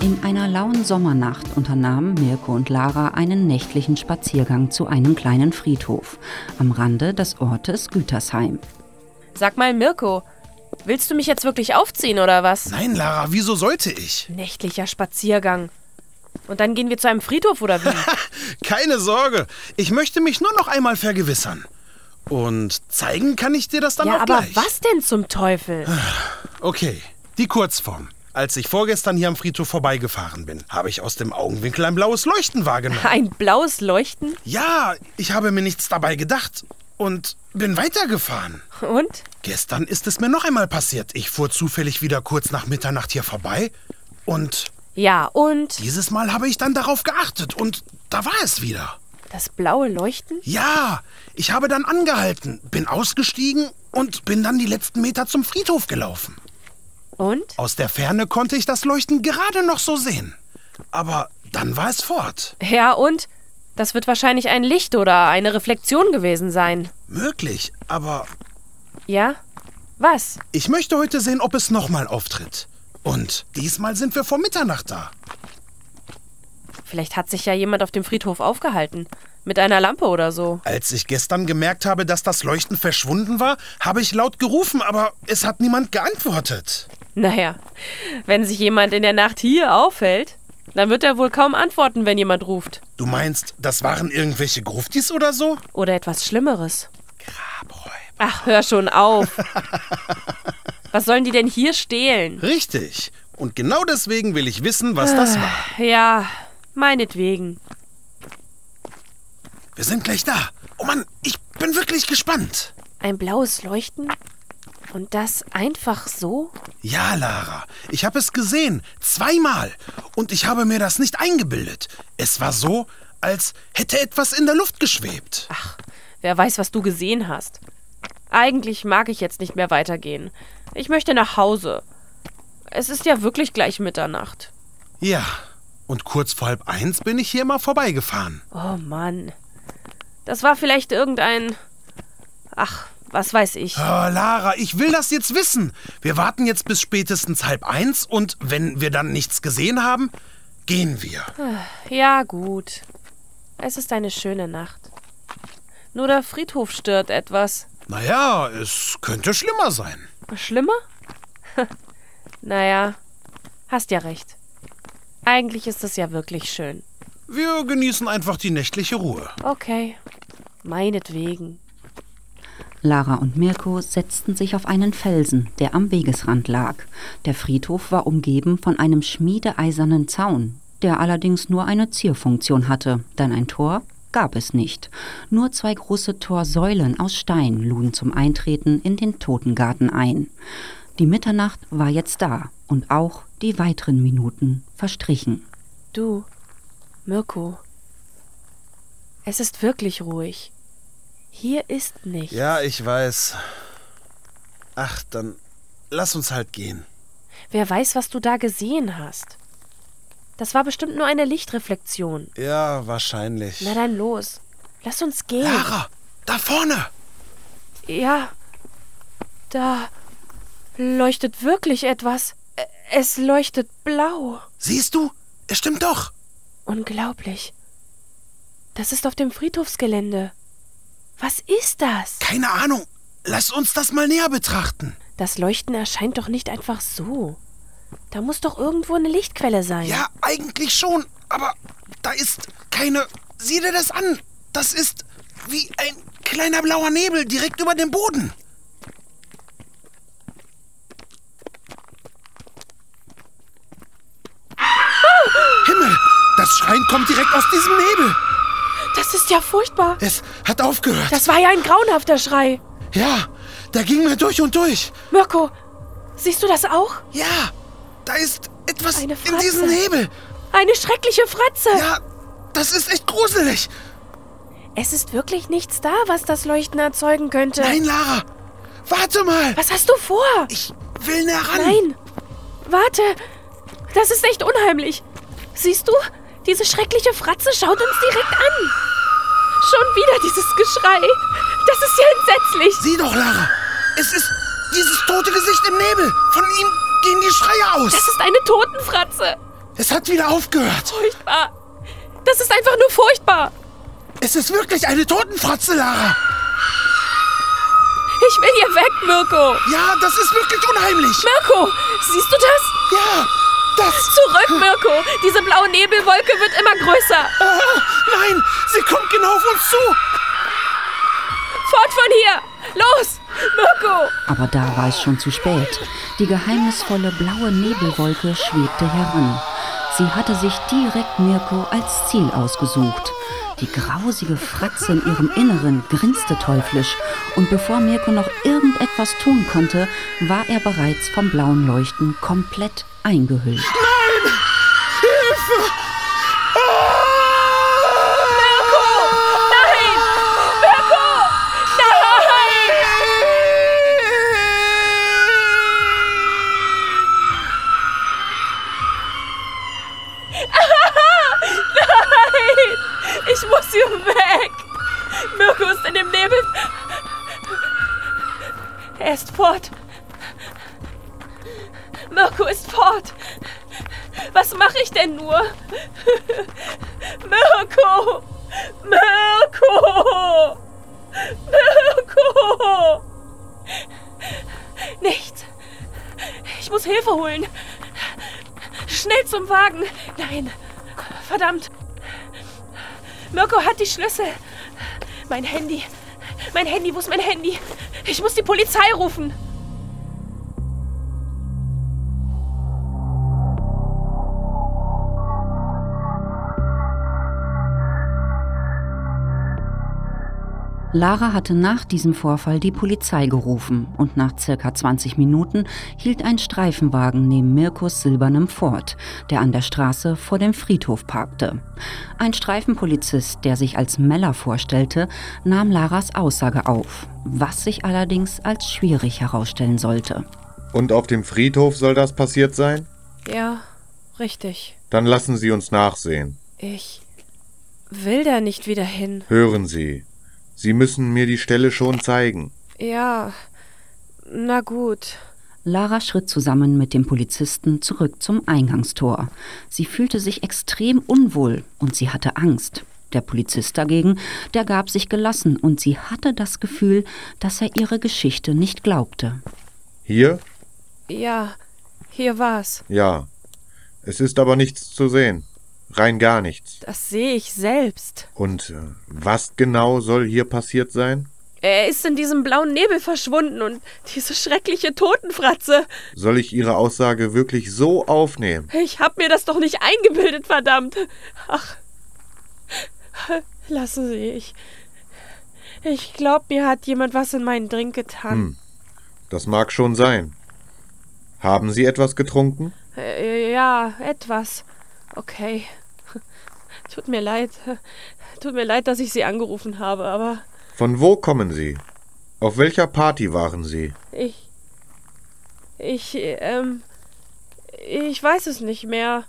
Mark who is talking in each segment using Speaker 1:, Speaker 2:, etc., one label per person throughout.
Speaker 1: In einer lauen Sommernacht unternahmen Mirko und Lara einen nächtlichen Spaziergang zu einem kleinen Friedhof am Rande des Ortes Gütersheim.
Speaker 2: Sag mal, Mirko, willst du mich jetzt wirklich aufziehen oder was?
Speaker 3: Nein, Lara, wieso sollte ich?
Speaker 2: Nächtlicher Spaziergang. Und dann gehen wir zu einem Friedhof oder wie?
Speaker 3: Keine Sorge, ich möchte mich nur noch einmal vergewissern. Und zeigen kann ich dir das dann
Speaker 2: ja,
Speaker 3: auch
Speaker 2: aber
Speaker 3: gleich. Ah.
Speaker 2: was denn zum Teufel?
Speaker 3: Okay, die Kurzform. Als ich vorgestern hier am Friedhof vorbeigefahren bin, habe ich aus dem Augenwinkel ein blaues Leuchten wahrgenommen.
Speaker 2: Ein blaues Leuchten?
Speaker 3: Ja, ich habe mir nichts dabei gedacht und bin weitergefahren.
Speaker 2: Und?
Speaker 3: Gestern ist es mir noch einmal passiert. Ich fuhr zufällig wieder kurz nach Mitternacht hier vorbei und
Speaker 2: Ja, und?
Speaker 3: dieses Mal habe ich dann darauf geachtet und da war es wieder.
Speaker 2: Das blaue Leuchten?
Speaker 3: Ja, ich habe dann angehalten, bin ausgestiegen und bin dann die letzten Meter zum Friedhof gelaufen.
Speaker 2: Und?
Speaker 3: Aus der Ferne konnte ich das Leuchten gerade noch so sehen. Aber dann war es fort.
Speaker 2: Ja, und? Das wird wahrscheinlich ein Licht oder eine Reflexion gewesen sein.
Speaker 3: Möglich, aber
Speaker 2: Ja? Was?
Speaker 3: ich möchte heute sehen, ob es nochmal auftritt. Und diesmal sind wir vor Mitternacht da.
Speaker 2: Vielleicht hat sich ja jemand auf dem Friedhof aufgehalten. Mit einer Lampe oder so.
Speaker 3: Als ich gestern gemerkt habe, dass das Leuchten verschwunden war, habe ich laut gerufen, aber es hat niemand geantwortet.
Speaker 2: Naja, wenn sich jemand in der Nacht hier aufhält, dann wird er wohl kaum antworten, wenn jemand ruft.
Speaker 3: Du meinst, das waren irgendwelche Gruftis oder so?
Speaker 2: Oder etwas Schlimmeres.
Speaker 3: Grabräuber.
Speaker 2: Ach, hör schon auf. Was sollen die denn hier stehlen?
Speaker 3: Richtig. Und genau deswegen will ich wissen, was das war.
Speaker 2: Ja, meinetwegen.
Speaker 3: Wir sind gleich da. Oh Mann, ich bin wirklich gespannt.
Speaker 2: Ein blaues Leuchten? Und das einfach so?
Speaker 3: Ja, Lara, ich habe es gesehen. Zweimal. Und ich habe mir das nicht eingebildet. Es war so, als hätte etwas in der Luft geschwebt.
Speaker 2: Ach, wer weiß, was du gesehen hast. Eigentlich mag ich jetzt nicht mehr weitergehen. Ich möchte nach Hause. Es ist ja wirklich gleich Mitternacht.
Speaker 3: Ja. Und kurz vor halb eins bin ich hier mal vorbeigefahren.
Speaker 2: Oh Mann. Das war vielleicht irgendein. Ach, was weiß ich.
Speaker 3: Oh, Lara, ich will das jetzt wissen. Wir warten jetzt bis spätestens halb eins und wenn wir dann nichts gesehen haben, gehen wir.
Speaker 2: Ja, gut. Es ist eine schöne Nacht. Nur der Friedhof stört etwas.
Speaker 3: Naja, es könnte schlimmer sein.
Speaker 2: Schlimmer? naja, hast ja recht. Eigentlich ist es ja wirklich schön.
Speaker 3: Wir genießen einfach die nächtliche Ruhe.
Speaker 2: Okay. Meinetwegen.
Speaker 1: Lara und Mirko setzten sich auf einen Felsen, der am Wegesrand lag. Der Friedhof war umgeben von einem schmiedeeisernen Zaun, der allerdings nur eine Zierfunktion hatte, denn ein Tor gab es nicht. Nur zwei große Torsäulen aus Stein luden zum Eintreten in den Totengarten ein. Die Mitternacht war jetzt da und auch die weiteren Minuten verstrichen.
Speaker 2: Du, Mirko. Es ist wirklich ruhig. Hier ist nichts.
Speaker 3: Ja, ich weiß. Ach, dann lass uns halt gehen.
Speaker 2: Wer weiß, was du da gesehen hast. Das war bestimmt nur eine Lichtreflexion.
Speaker 3: Ja, wahrscheinlich.
Speaker 2: Na dann los. Lass uns gehen.
Speaker 3: Lara, da vorne!
Speaker 2: Ja. Da leuchtet wirklich etwas. Ä- Es leuchtet blau.
Speaker 3: Siehst du? Es stimmt doch.
Speaker 2: Unglaublich. Das ist auf dem Friedhofsgelände. Was ist das?
Speaker 3: Keine Ahnung. Lass uns das mal näher betrachten.
Speaker 2: Das Leuchten erscheint doch nicht einfach so. Da muss doch irgendwo eine Lichtquelle sein.
Speaker 3: Ja, eigentlich schon. Aber da ist keine. Sieh dir das an. Das ist wie ein kleiner blauer Nebel direkt über dem Boden. Himmel, das Schreien kommt direkt aus diesem Nebel.
Speaker 2: Das ist ja furchtbar.
Speaker 3: Es hat aufgehört.
Speaker 2: Das war ja ein grauenhafter Schrei.
Speaker 3: ja, da ging mir durch und durch.
Speaker 2: Mirko, siehst du das auch?
Speaker 3: Ja, da ist etwas
Speaker 2: Eine
Speaker 3: in diesem
Speaker 2: Fratze.
Speaker 3: Nebel.
Speaker 2: Eine schreckliche Fratze.
Speaker 3: Ja, das ist echt gruselig.
Speaker 2: Es ist wirklich nichts da, was das Leuchten erzeugen könnte.
Speaker 3: Nein, Lara. Warte mal.
Speaker 2: Was hast du vor?
Speaker 3: Ich will näher ran.
Speaker 2: Nein. Warte. Das ist echt unheimlich. Siehst du? Diese schreckliche Fratze schaut uns direkt an. Schon wieder dieses Geschrei. Das ist ja entsetzlich.
Speaker 3: Sieh doch, Lara. Es ist dieses tote Gesicht im Nebel. Von ihm gehen die Schreie aus.
Speaker 2: Das ist eine Totenfratze.
Speaker 3: Es hat wieder aufgehört.
Speaker 4: Furchtbar. Das ist einfach nur furchtbar.
Speaker 3: Es ist wirklich eine Totenfratze, Lara.
Speaker 4: Ich will hier weg, Mirko.
Speaker 3: Ja, das ist wirklich unheimlich.
Speaker 4: Mirko, siehst du das?
Speaker 3: Ja, das.
Speaker 4: Zurück, Mirko. Diese blaue Nebelwolke wird immer größer.
Speaker 3: Ah, nein, sie kommt genau auf uns zu.
Speaker 4: Fort von hier. Los, Mirko.
Speaker 1: Aber da war es schon zu spät. Die geheimnisvolle blaue Nebelwolke schwebte heran. Sie hatte sich direkt Mirko als Ziel ausgesucht. Die grausige Fratze in ihrem Inneren grinste teuflisch und bevor Mirko noch irgendetwas tun konnte, war er bereits vom blauen Leuchten komplett eingehüllt.
Speaker 4: Nein! Mirko! Nein! Nein! Ich muss hier weg! Mirko ist in dem Nebel. Er ist fort. Mirko ist fort. Was mache ich denn nur? Mirko! Mirko! Mirko! Nichts! Ich muss Hilfe holen! Schnell zum Wagen! Nein! Verdammt! Mirko hat die Schlüssel! Mein Handy! Mein Handy! Wo ist mein Handy? Ich muss die Polizei rufen!
Speaker 1: Lara hatte nach diesem Vorfall die Polizei gerufen und nach circa 20 Minuten hielt ein Streifenwagen neben Mirkus silbernem Ford, der an der Straße vor dem Friedhof parkte. Ein Streifenpolizist, der sich als Meller vorstellte, nahm Laras Aussage auf, was sich allerdings als schwierig herausstellen sollte.
Speaker 5: Und auf dem Friedhof soll das passiert sein?
Speaker 2: Ja, richtig.
Speaker 5: Dann lassen Sie uns nachsehen.
Speaker 2: Ich will da nicht wieder hin.
Speaker 5: Hören Sie. Sie müssen mir die Stelle schon zeigen.
Speaker 2: Ja, na gut.
Speaker 1: Lara schritt zusammen mit dem Polizisten zurück zum Eingangstor. Sie fühlte sich extrem unwohl und sie hatte Angst. Der Polizist dagegen, der gab sich gelassen und sie hatte das Gefühl, dass er ihre Geschichte nicht glaubte.
Speaker 5: Hier?
Speaker 2: Ja, hier war's.
Speaker 5: Ja. Es ist aber nichts zu sehen. Rein gar nichts.
Speaker 2: Das sehe ich selbst.
Speaker 5: Und äh, was genau soll hier passiert sein?
Speaker 2: Er ist in diesem blauen Nebel verschwunden und diese schreckliche Totenfratze.
Speaker 5: Soll ich Ihre Aussage wirklich so aufnehmen?
Speaker 2: Ich hab mir das doch nicht eingebildet, verdammt. Ach. Lassen Sie ich. Ich glaub, mir hat jemand was in meinen Drink getan.
Speaker 5: Hm. Das mag schon sein. Haben Sie etwas getrunken?
Speaker 2: Äh, ja, etwas. Okay. Tut mir leid. Tut mir leid, dass ich Sie angerufen habe, aber
Speaker 5: Von wo kommen Sie? Auf welcher Party waren Sie?
Speaker 2: ich. Ich, ähm. Ich weiß es nicht mehr.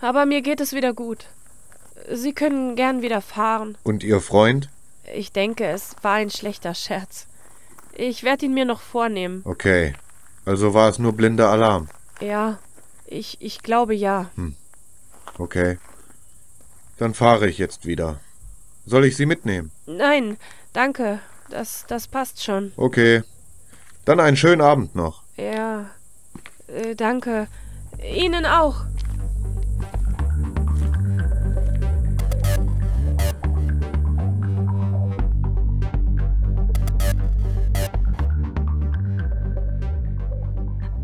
Speaker 2: Aber mir geht es wieder gut. Sie können gern wieder fahren.
Speaker 5: Und Ihr Freund?
Speaker 2: Ich denke, es war ein schlechter Scherz. Ich werde ihn mir noch vornehmen.
Speaker 5: Okay. Also war es nur blinder Alarm.
Speaker 2: Ja, ich, ich glaube ja.
Speaker 5: Hm. Okay. Dann fahre ich jetzt wieder. Soll ich Sie mitnehmen?
Speaker 2: Nein, danke. Das, das passt schon.
Speaker 5: Okay. Dann einen schönen Abend noch.
Speaker 2: Ja, äh, danke. Ihnen auch.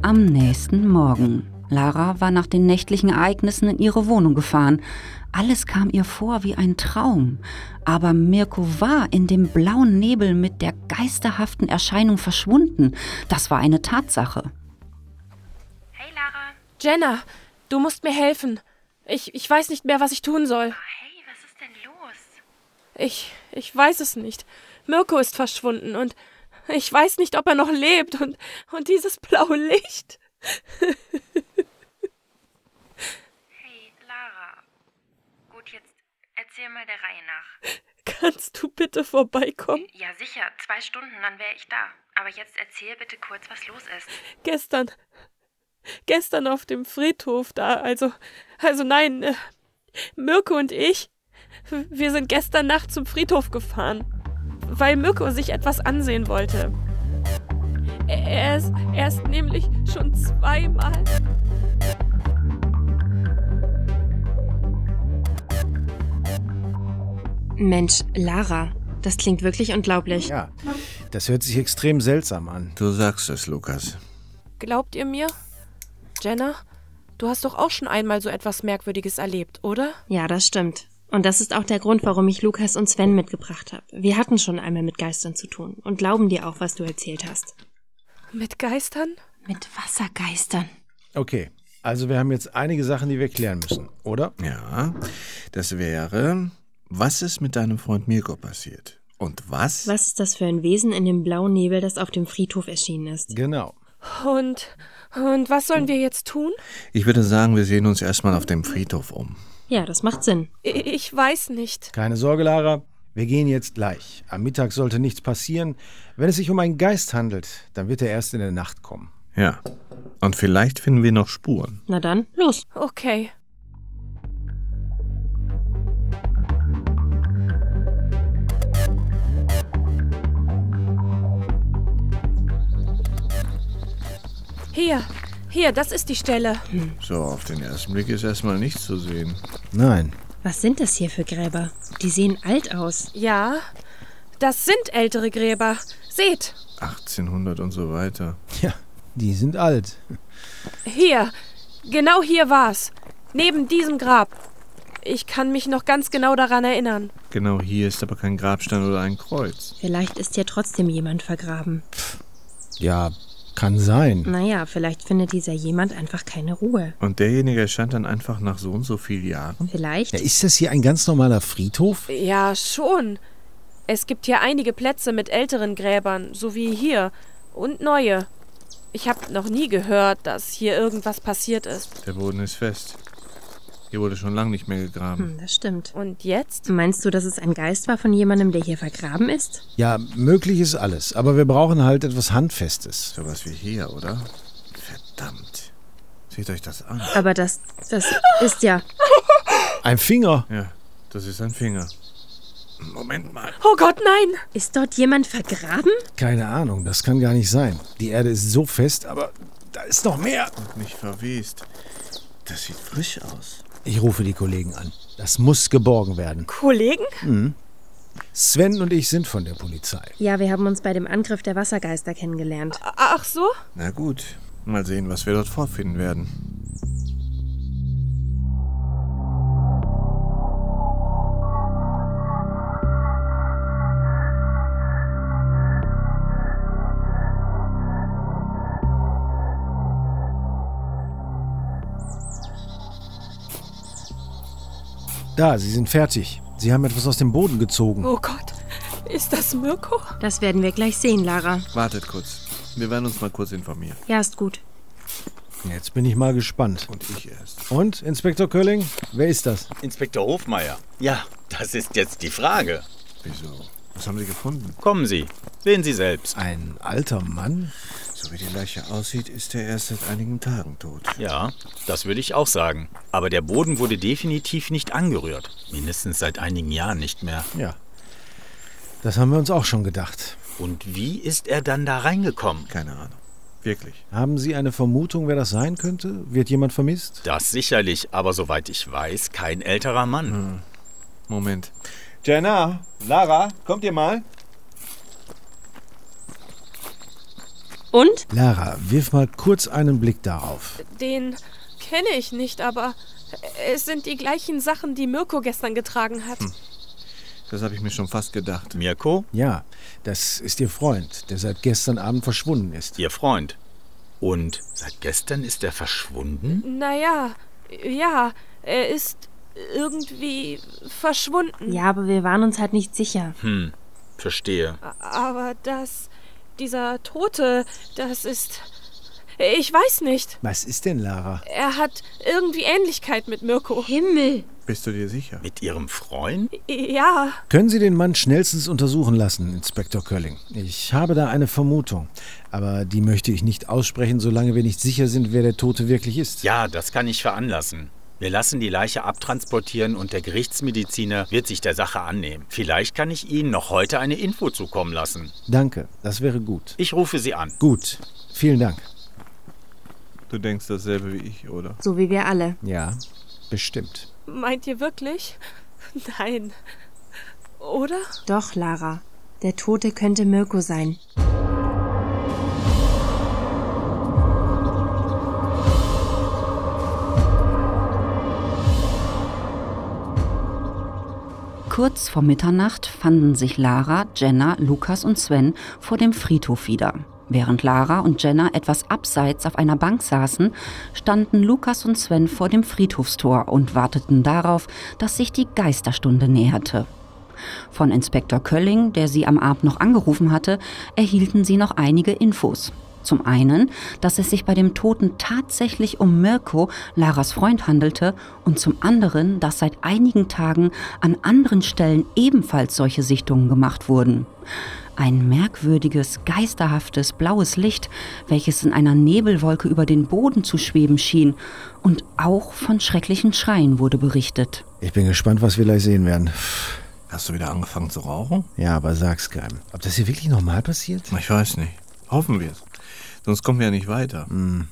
Speaker 1: Am nächsten Morgen. Lara war nach den nächtlichen Ereignissen in ihre Wohnung gefahren. Alles kam ihr vor wie ein Traum. Aber Mirko war in dem blauen Nebel mit der geisterhaften Erscheinung verschwunden. Das war eine Tatsache.
Speaker 6: Hey Lara.
Speaker 2: Jenna, du musst mir helfen. Ich, ich weiß nicht mehr, was ich tun soll.
Speaker 6: Oh, Hey, was ist denn los?
Speaker 2: Ich, ich weiß es nicht. Mirko ist verschwunden und ich weiß nicht, ob er noch lebt und, und dieses blaue Licht.
Speaker 6: Hey Lara. Gut, jetzt erzähl mal der Reihe nach.
Speaker 2: Kannst du bitte vorbeikommen?
Speaker 6: Ja, sicher, Hm? zwei Stunden, dann wäre ich da. Aber jetzt erzähl bitte kurz, was los ist.
Speaker 2: Gestern.
Speaker 4: gestern auf dem Friedhof da. Also, also nein, äh, Mirko und ich, wir sind gestern Nacht zum Friedhof gefahren, weil Mirko sich etwas ansehen wollte. Er- Er ist, er ist nämlich schon zweimal.
Speaker 6: Mensch, Lara, das klingt wirklich unglaublich.
Speaker 7: Ja, das hört sich extrem seltsam an.
Speaker 8: Du sagst es, Lukas.
Speaker 2: Glaubt ihr mir? Jenna, du hast doch auch schon einmal so etwas Merkwürdiges erlebt, oder?
Speaker 6: Ja, das stimmt. Und das ist auch der Grund, warum ich Lukas und Sven mitgebracht habe. Wir hatten schon einmal mit Geistern zu tun und glauben dir auch, was du erzählt hast.
Speaker 2: Mit Geistern?
Speaker 6: Mit Wassergeistern.
Speaker 7: Okay, also wir haben jetzt einige Sachen, die wir klären müssen, oder?
Speaker 8: Ja, das wäre, was ist mit deinem Freund Mirko passiert? Und was?
Speaker 6: Was ist das für ein Wesen in dem blauen Nebel, das auf dem Friedhof erschienen ist?
Speaker 7: Genau.
Speaker 2: Und, und was sollen wir jetzt tun?
Speaker 8: Ich würde sagen, wir sehen uns erstmal auf dem Friedhof um.
Speaker 6: Ja, das macht Sinn.
Speaker 2: I- Ich weiß nicht.
Speaker 7: Keine Sorge, Lara. Wir gehen jetzt gleich. Am Mittag sollte nichts passieren. Wenn es sich um einen Geist handelt, dann wird er erst in der Nacht kommen.
Speaker 8: Ja. Und vielleicht finden wir noch Spuren.
Speaker 6: Na dann, los.
Speaker 2: Okay. Hier, hier, das ist die Stelle.
Speaker 6: Hm.
Speaker 8: So, auf den ersten Blick ist erstmal nichts zu sehen.
Speaker 7: Nein.
Speaker 6: Was sind das hier für Gräber? Die sehen alt aus.
Speaker 2: Ja, das sind ältere Gräber. Seht,
Speaker 8: 1800 und so weiter.
Speaker 7: Ja, die sind alt.
Speaker 2: Hier, genau hier war's. Neben diesem Grab. Ich kann mich noch ganz genau daran erinnern.
Speaker 8: Genau hier ist aber kein Grabstein oder ein Kreuz.
Speaker 6: Vielleicht ist hier trotzdem jemand vergraben.
Speaker 7: Ja, kann sein.
Speaker 6: Naja, vielleicht findet dieser jemand einfach keine Ruhe.
Speaker 8: Und derjenige erscheint dann einfach nach so und so vielen Jahren?
Speaker 6: Vielleicht?
Speaker 7: Ja, ist das hier ein ganz normaler Friedhof?
Speaker 2: Ja, schon. Es gibt hier einige Plätze mit älteren Gräbern, so wie hier. Und neue. Ich habe noch nie gehört, dass hier irgendwas passiert ist.
Speaker 8: Der Boden ist fest. Hier wurde schon lange nicht mehr gegraben.
Speaker 6: Hm, das stimmt.
Speaker 2: Und jetzt?
Speaker 6: Meinst du, dass es ein Geist war von jemandem, der hier vergraben ist?
Speaker 7: Ja, möglich ist alles. Aber wir brauchen halt etwas Handfestes.
Speaker 8: Sowas wie hier, oder? Verdammt. Seht euch das an.
Speaker 6: Aber das, das ist ja.
Speaker 7: Äh, Ein Finger.
Speaker 8: Ja, das ist ein Finger. Moment mal.
Speaker 2: Oh Gott, nein!
Speaker 6: Ist dort jemand vergraben?
Speaker 7: Keine Ahnung, das kann gar nicht sein. Die Erde ist so fest, aber da ist noch mehr.
Speaker 8: Nicht verwest. Das sieht frisch aus.
Speaker 7: Ich rufe die Kollegen an. Das muss geborgen werden. Hm.
Speaker 2: Kollegen?
Speaker 7: Sven und ich sind von der Polizei.
Speaker 6: Ja, wir haben uns bei dem Angriff der Wassergeister kennengelernt.
Speaker 2: Ach so?
Speaker 8: Na gut. Mal sehen, was wir dort vorfinden werden.
Speaker 7: Da, sie sind fertig. Sie haben etwas aus dem Boden gezogen.
Speaker 2: Oh Gott. Ist das Mirko?
Speaker 6: Das werden wir gleich sehen, Lara.
Speaker 8: Wartet kurz. Wir werden uns mal kurz informieren.
Speaker 6: Ja, ist gut.
Speaker 7: Jetzt bin ich mal gespannt.
Speaker 8: Und ich erst.
Speaker 7: Und, Inspektor Kölling, wer ist das?
Speaker 9: Inspektor Hofmeier. Ja, das ist jetzt die Frage.
Speaker 8: Wieso? Was haben Sie gefunden?
Speaker 9: Kommen Sie, sehen Sie selbst.
Speaker 7: Ein alter Mann?
Speaker 8: So wie die Leiche aussieht, ist er erst seit einigen Tagen tot.
Speaker 9: Ja, das würde ich auch sagen. Aber der Boden wurde definitiv nicht angerührt. Mindestens seit einigen Jahren nicht mehr.
Speaker 7: Ja. Das haben wir uns auch schon gedacht.
Speaker 9: Und wie ist er dann da reingekommen?
Speaker 8: Keine Ahnung. Wirklich.
Speaker 7: Haben Sie eine Vermutung, wer das sein könnte? Wird jemand vermisst?
Speaker 9: Das sicherlich, aber soweit ich weiß, kein älterer Mann.
Speaker 8: Hm. Moment.
Speaker 5: Jenna, Lara, kommt ihr mal?
Speaker 6: Und?
Speaker 7: Lara, wirf mal kurz einen Blick darauf.
Speaker 2: Den kenne ich nicht, aber es sind die gleichen Sachen, die Mirko gestern getragen hat.
Speaker 8: Das habe ich mir schon fast gedacht.
Speaker 9: Mirko,
Speaker 7: Ja, das ist Ihr Freund, der seit gestern Abend verschwunden ist.
Speaker 9: Ihr Freund. Und seit gestern ist er verschwunden?
Speaker 2: Naja, ja, er ist irgendwie verschwunden.
Speaker 6: Ja, aber wir waren uns halt nicht sicher.
Speaker 9: Hm, verstehe.
Speaker 2: Aber das, dieser Tote, das ist,
Speaker 4: Ich weiß nicht.
Speaker 7: Was ist denn, Lara?
Speaker 4: Er hat irgendwie Ähnlichkeit mit Mirko.
Speaker 6: Himmel.
Speaker 8: Bist du dir sicher?
Speaker 9: Mit ihrem Freund?
Speaker 4: Ja.
Speaker 7: Können Sie den Mann schnellstens untersuchen lassen, Inspektor Kölling. Ich habe da eine Vermutung. Aber die möchte ich nicht aussprechen, solange wir nicht sicher sind, wer der Tote wirklich ist.
Speaker 9: Ja, das kann ich veranlassen. Wir lassen die Leiche abtransportieren und der Gerichtsmediziner wird sich der Sache annehmen. Vielleicht kann ich Ihnen noch heute eine Info zukommen lassen.
Speaker 7: Danke, das wäre gut.
Speaker 9: Ich rufe Sie an.
Speaker 7: Gut, vielen Dank.
Speaker 8: Du denkst dasselbe wie ich, oder?
Speaker 6: So wie wir alle.
Speaker 7: Ja, bestimmt.
Speaker 4: Meint ihr wirklich? Nein. Oder?
Speaker 6: Doch, Lara. Der Tote könnte Mirko sein.
Speaker 1: Kurz vor Mitternacht fanden sich Lara, Jenna, Lukas und Sven vor dem Friedhof wieder. Während Lara und Jenna etwas abseits auf einer Bank saßen, standen Lukas und Sven vor dem Friedhofstor und warteten darauf, dass sich die Geisterstunde näherte. Von Inspektor Kölling, der sie am Abend noch angerufen hatte, erhielten sie noch einige Infos. Zum einen, dass es sich bei dem Toten tatsächlich um Mirko, Laras Freund, handelte und zum anderen, dass seit einigen Tagen an anderen Stellen ebenfalls solche Sichtungen gemacht wurden. Ein merkwürdiges, geisterhaftes blaues Licht, welches in einer Nebelwolke über den Boden zu schweben schien und auch von schrecklichen Schreien wurde berichtet.
Speaker 7: Ich bin gespannt, was wir gleich sehen werden.
Speaker 8: Hast du wieder angefangen zu rauchen?
Speaker 7: Ja, aber sag's keinem. Ob das hier wirklich normal passiert?
Speaker 8: Ich weiß nicht. Hoffen wir es. Sonst kommen wir ja nicht weiter.
Speaker 7: Mhm.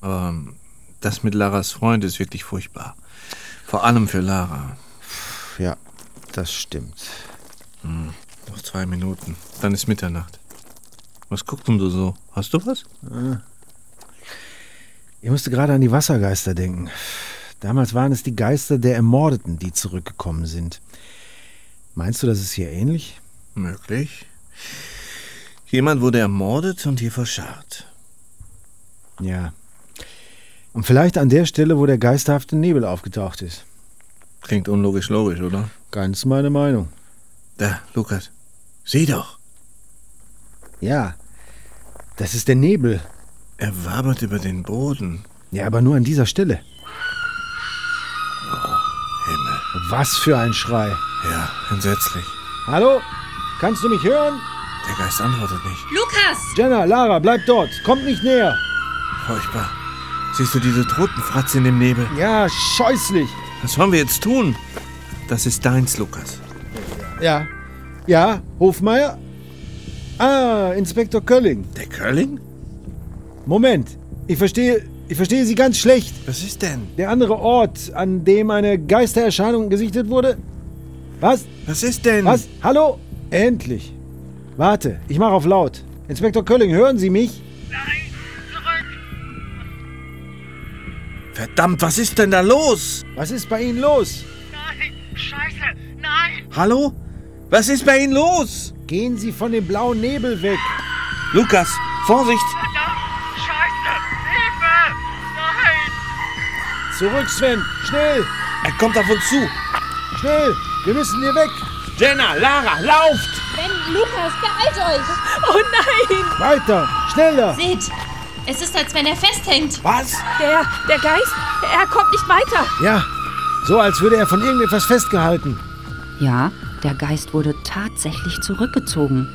Speaker 8: Aber ähm, das mit Laras Freund ist wirklich furchtbar. Vor allem für Lara.
Speaker 7: Ja, das stimmt.
Speaker 8: Hm. Noch zwei Minuten. Dann ist Mitternacht. Was guckt denn du so? Hast du was?
Speaker 7: Ah. Ich musste gerade an die Wassergeister denken. Damals waren es die Geister der Ermordeten, die zurückgekommen sind. Meinst du, das ist hier ähnlich?
Speaker 8: Möglich. Jemand wurde ermordet und hier verscharrt.
Speaker 7: Ja. Und vielleicht an der Stelle, wo der geisterhafte Nebel aufgetaucht ist.
Speaker 8: Klingt unlogisch logisch, oder?
Speaker 7: Ganz meine Meinung.
Speaker 8: Da, Lukas. Sieh doch.
Speaker 7: Ja. Das ist der Nebel.
Speaker 8: Er wabert über den Boden.
Speaker 7: Ja, aber nur an dieser Stelle.
Speaker 8: Oh, Himmel.
Speaker 7: Was für ein Schrei.
Speaker 8: Ja, entsetzlich.
Speaker 7: Hallo? Kannst du mich hören?
Speaker 8: Der Geist antwortet nicht.
Speaker 6: Lukas!
Speaker 7: Jenna, Lara, bleibt dort. Kommt nicht näher.
Speaker 8: Furchtbar. Siehst du diese Totenfratze in dem Nebel?
Speaker 7: Ja, scheußlich.
Speaker 8: Was sollen wir jetzt tun? Das ist deins, Lukas.
Speaker 7: Ja. Ja, Hofmeier? Ah, Inspektor Kölling.
Speaker 8: Der Curling?
Speaker 7: Moment. Ich verstehe, ich verstehe Sie ganz schlecht.
Speaker 8: Was ist denn?
Speaker 7: Der andere Ort, an dem eine Geistererscheinung gesichtet wurde? Was?
Speaker 8: Was ist denn?
Speaker 7: Was? Hallo? Endlich. Warte, ich mache auf laut. Inspektor Kölling, hören Sie mich?
Speaker 8: Verdammt, was ist denn da los?
Speaker 7: Was ist bei Ihnen los?
Speaker 10: Nein! Scheiße! Nein!
Speaker 8: Hallo? Was ist bei Ihnen los?
Speaker 7: Gehen Sie von dem blauen Nebel weg.
Speaker 8: Lukas, Vorsicht!
Speaker 10: Verdammt! Scheiße! Hilfe! Nein!
Speaker 7: Zurück, Sven. Schnell,
Speaker 8: Er kommt auf uns zu.
Speaker 7: schnell. Wir müssen hier weg.
Speaker 8: Jenna, Lara, lauft!
Speaker 11: Wenn Lukas, beeilt euch!
Speaker 4: Oh nein!
Speaker 7: Weiter, schneller.
Speaker 6: Seht!
Speaker 11: Es ist, als wenn er festhängt.
Speaker 8: Was?
Speaker 4: Der, der Geist, er kommt nicht weiter.
Speaker 7: Ja, so als würde er von irgendetwas festgehalten.
Speaker 1: Ja, der Geist wurde tatsächlich zurückgezogen.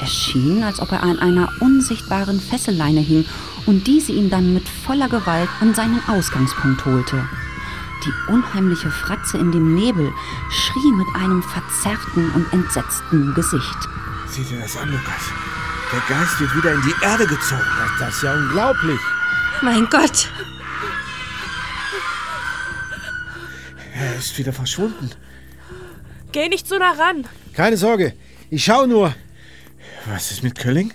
Speaker 1: Es schien, als ob er an einer unsichtbaren Fesselleine hing und diese ihn dann mit voller Gewalt an seinen Ausgangspunkt holte. Die unheimliche Fratze in dem Nebel schrie mit einem verzerrten und entsetzten Gesicht.
Speaker 8: Sieh dir das an, Lukas. Der Geist wird wieder in die Erde gezogen.
Speaker 7: Das ist ja unglaublich.
Speaker 6: Mein Gott!
Speaker 8: Er ist wieder verschwunden.
Speaker 4: Geh nicht so nah ran.
Speaker 7: Keine Sorge, ich schau nur.
Speaker 8: Was ist mit Kölling?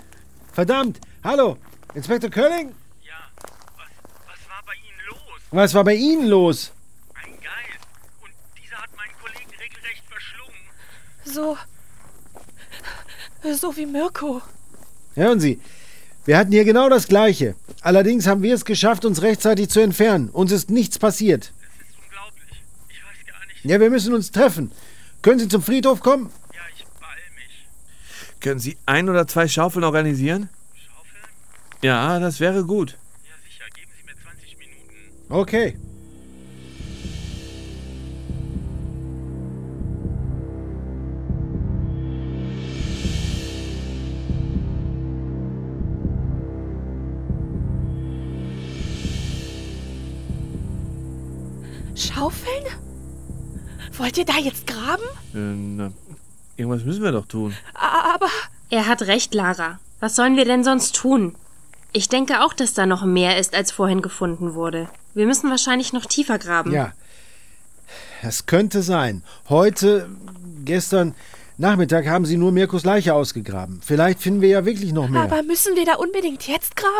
Speaker 7: Verdammt, hallo, Inspektor Kölling?
Speaker 10: Ja, was, was war bei Ihnen los?
Speaker 7: Was war bei Ihnen los?
Speaker 10: Ein Geist. Und dieser hat meinen Kollegen regelrecht verschlungen.
Speaker 4: So. So wie Mirko.
Speaker 7: Hören Sie, wir hatten hier genau das Gleiche. Allerdings haben wir es geschafft, uns rechtzeitig zu entfernen. Uns ist nichts passiert.
Speaker 10: Es ist unglaublich. Ich weiß gar nicht.
Speaker 7: Ja, wir müssen uns treffen. Können Sie zum Friedhof kommen?
Speaker 10: Ja, ich beeil mich.
Speaker 8: Können Sie ein oder zwei Schaufeln organisieren?
Speaker 10: Schaufeln?
Speaker 8: Ja, das wäre gut.
Speaker 7: Okay.
Speaker 2: Schaufeln? Wollt ihr da jetzt graben?
Speaker 8: Äh, na, irgendwas müssen wir doch tun.
Speaker 2: Aber.
Speaker 6: Er hat recht, Lara. Was sollen wir denn sonst tun? Ich denke auch, dass da noch mehr ist, als vorhin gefunden wurde. Wir müssen wahrscheinlich noch tiefer graben.
Speaker 7: Ja. Es könnte sein. Heute, gestern Nachmittag haben sie nur Mirkus Leiche ausgegraben. Vielleicht finden wir ja wirklich noch mehr.
Speaker 2: Aber müssen wir da unbedingt jetzt graben?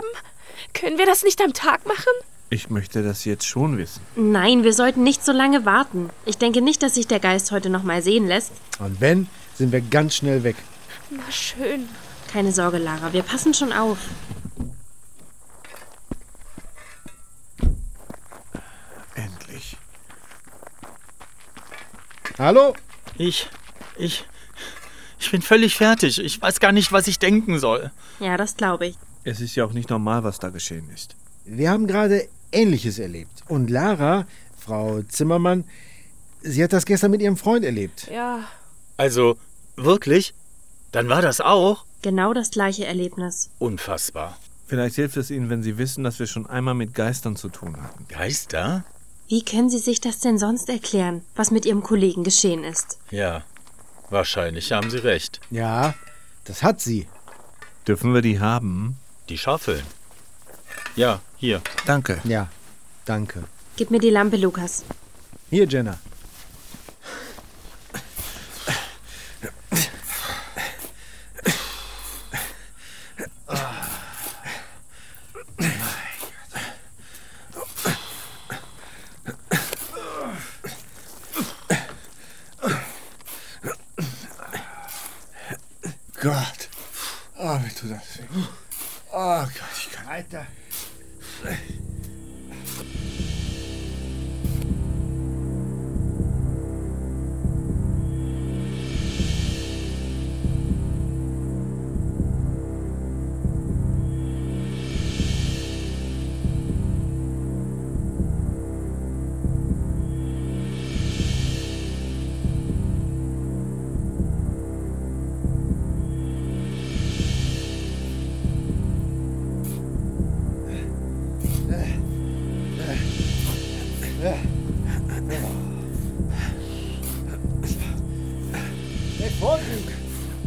Speaker 2: Können wir das nicht am Tag machen?
Speaker 8: Ich möchte das jetzt schon wissen.
Speaker 6: Nein, wir sollten nicht so lange warten. Ich denke nicht, dass sich der Geist heute noch mal sehen lässt.
Speaker 7: Und wenn, sind wir ganz schnell weg.
Speaker 2: Na schön.
Speaker 6: Keine Sorge, Lara, wir passen schon auf.
Speaker 8: Endlich.
Speaker 7: Hallo?
Speaker 9: Ich. Ich. Ich bin völlig fertig. Ich weiß gar nicht, was ich denken soll.
Speaker 6: Ja, das glaube ich.
Speaker 8: Es ist ja auch nicht normal, was da geschehen ist.
Speaker 7: Wir haben gerade Ähnliches erlebt. Und Lara, Frau Zimmermann, sie hat das gestern mit ihrem Freund erlebt.
Speaker 2: Ja.
Speaker 9: Also, wirklich? Dann war das auch?
Speaker 6: Genau das gleiche Erlebnis.
Speaker 9: Unfassbar.
Speaker 8: Vielleicht hilft es Ihnen, wenn Sie wissen, dass wir schon einmal mit Geistern zu tun hatten.
Speaker 9: Geister?
Speaker 6: Wie können Sie sich das denn sonst erklären, was mit Ihrem Kollegen geschehen ist?
Speaker 9: Ja. Wahrscheinlich haben Sie recht.
Speaker 7: Ja, das hat sie.
Speaker 8: Dürfen wir die haben?
Speaker 9: Die Schaufeln. Ja, hier.
Speaker 8: Danke.
Speaker 7: Ja, danke.
Speaker 6: Gib mir die Lampe, Lukas.
Speaker 7: Hier, Jenna.
Speaker 5: Gott. Ah, mir tut das weh.
Speaker 7: Oh
Speaker 5: Ah, Gott, ich kann. Alter.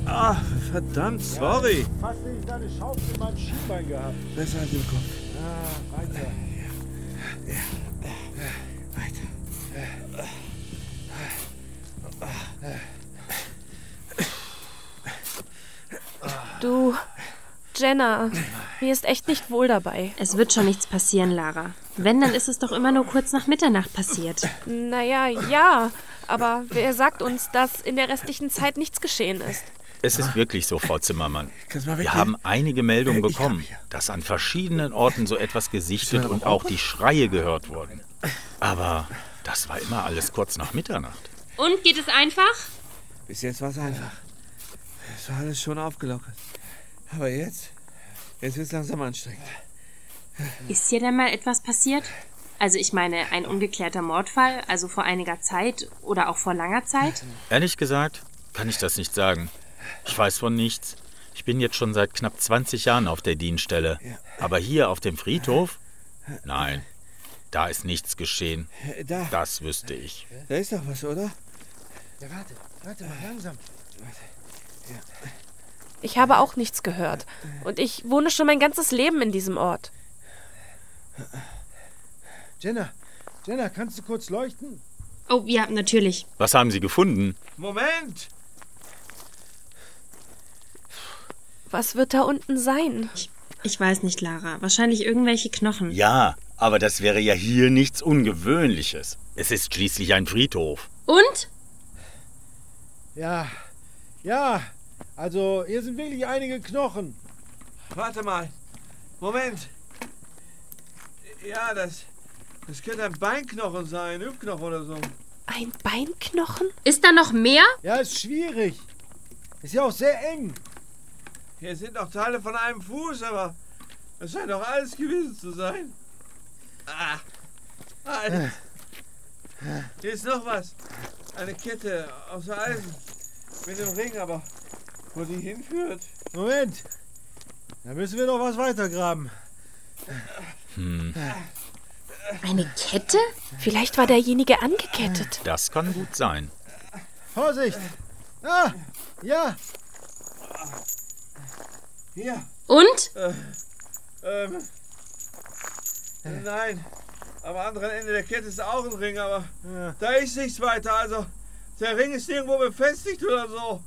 Speaker 8: Ah, verdammt, sorry.
Speaker 7: Fast hätte ich da eine Schaufel in meinem Schienbein gehabt.
Speaker 8: Besser als im Kopf.
Speaker 7: Ah, weiter.
Speaker 2: Du. Jenna, mir ist echt nicht wohl dabei.
Speaker 6: Es wird schon nichts passieren, Lara. Wenn, dann ist es doch immer nur kurz nach Mitternacht passiert.
Speaker 2: Naja, ja. Aber wer sagt uns, dass in der restlichen Zeit nichts geschehen ist?
Speaker 9: Es ist wirklich so, Frau Zimmermann.
Speaker 8: Ah. Kannst du mal
Speaker 9: Wir
Speaker 8: weggehen?
Speaker 9: haben einige Meldungen
Speaker 8: Äh, ich hab
Speaker 9: bekommen, dass an verschiedenen Orten so etwas gesichtet und auch die Schreie gehört wurden. Aber das war immer alles kurz nach Mitternacht.
Speaker 11: Und geht es einfach?
Speaker 8: Bis jetzt war es einfach. Es war alles schon aufgelockert. Aber jetzt? Jetzt wird es langsam anstrengend.
Speaker 6: Ist hier denn mal etwas passiert? Also ich meine, ein ungeklärter Mordfall, also vor einiger Zeit oder auch vor langer Zeit?
Speaker 9: Ehrlich gesagt, kann ich das nicht sagen. Ich weiß von nichts. Ich bin jetzt schon seit knapp 20 Jahren auf der Dienststelle. Aber hier auf dem Friedhof? Nein, da ist nichts geschehen.
Speaker 8: Äh, Da,
Speaker 9: Das wüsste ich.
Speaker 8: da ist doch was, oder?
Speaker 7: Ja, warte, warte mal langsam.
Speaker 2: Ich habe auch nichts gehört. Und ich wohne schon mein ganzes Leben in diesem Ort.
Speaker 7: Jenna, Jenna, kannst du kurz leuchten?
Speaker 6: Oh ja, natürlich.
Speaker 9: Was haben Sie gefunden?
Speaker 8: Moment!
Speaker 2: Was wird da unten sein?
Speaker 6: Ich weiß nicht, Lara. Wahrscheinlich irgendwelche Knochen.
Speaker 9: Ja, aber das wäre ja hier nichts Ungewöhnliches. Es ist schließlich ein Friedhof.
Speaker 6: Und?
Speaker 7: Ja, ja. Also, hier sind wirklich einige Knochen.
Speaker 8: Warte mal. Moment. Ja, das. Das könnte ein Beinknochen sein, Hüftknochen oder so.
Speaker 2: Ein Beinknochen?
Speaker 6: Ist da noch mehr?
Speaker 7: Ja, ist schwierig. Ist ja auch sehr eng.
Speaker 8: Hier sind noch Teile von einem Fuß, aber das scheint doch alles gewesen zu sein. Ah, Nein. Hier ist noch was. Eine Kette aus Eisen. Mit dem Ring, aber wo die hinführt.
Speaker 7: Moment. Da müssen wir noch was weitergraben.
Speaker 9: Hm,
Speaker 12: Eine Kette? Vielleicht war derjenige angekettet.
Speaker 9: das kann gut sein.
Speaker 7: Äh, Vorsicht! Ah, ja.
Speaker 8: Hier.
Speaker 6: Und?
Speaker 8: Äh, ähm. Nein. Am anderen Ende der Kette ist auch ein Ring, aber da ist nichts weiter. Also, der Ring ist irgendwo befestigt oder so.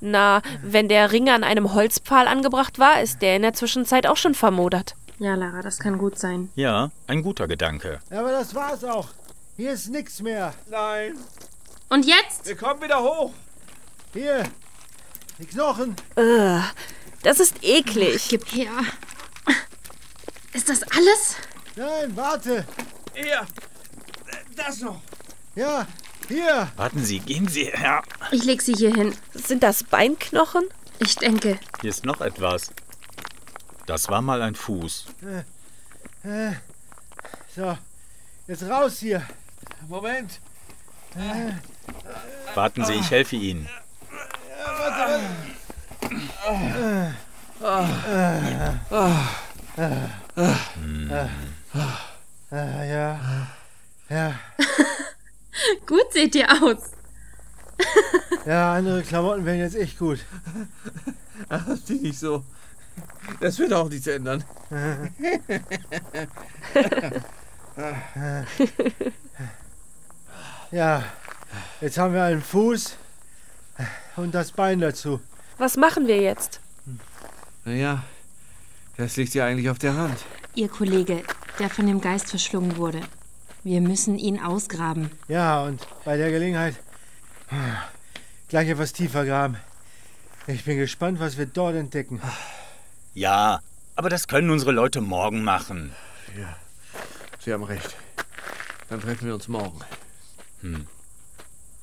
Speaker 2: Na, wenn der Ring an einem Holzpfahl angebracht war, ist der in der Zwischenzeit auch schon vermodert.
Speaker 6: Ja, Lara, das kann gut sein.
Speaker 9: Ja, ein guter Gedanke.
Speaker 7: Ja, aber das war's auch. Hier ist nichts mehr.
Speaker 8: Nein.
Speaker 6: Und jetzt?
Speaker 8: Wir kommen wieder hoch.
Speaker 7: Hier. Die Knochen.
Speaker 2: Äh, das ist eklig.
Speaker 6: Gib her. Ist das alles?
Speaker 7: Nein, warte.
Speaker 8: Hier. Das noch.
Speaker 7: Ja, hier.
Speaker 9: Warten Sie, gehen Sie her.
Speaker 6: Ich leg sie hier hin.
Speaker 2: Sind das Beinknochen?
Speaker 6: Ich denke.
Speaker 9: Hier ist noch etwas. Das war mal ein Fuß.
Speaker 7: Äh, So. Jetzt raus hier.
Speaker 8: Moment.
Speaker 7: Äh,
Speaker 9: Warten Sie, ich helfe Ihnen.
Speaker 7: Ah, ja. Ja.
Speaker 6: Gut seht ihr aus.
Speaker 7: Ja, andere Klamotten wären jetzt echt gut.
Speaker 8: Ach, die nicht so. Das wird auch nichts ändern.
Speaker 7: Ja. Jetzt haben wir einen Fuß und das Bein dazu.
Speaker 2: Was machen wir jetzt?
Speaker 8: Naja, das liegt ja eigentlich auf der Hand.
Speaker 6: Ihr Kollege, der von dem Geist verschlungen wurde. Wir müssen ihn ausgraben.
Speaker 7: Ja, und bei der Gelegenheit hm, gleich etwas tiefer graben. Ich bin gespannt, was wir dort entdecken.
Speaker 9: Ja, aber das können unsere Leute morgen machen.
Speaker 8: Ja, Sie haben recht. Dann treffen wir uns morgen.
Speaker 9: Hm.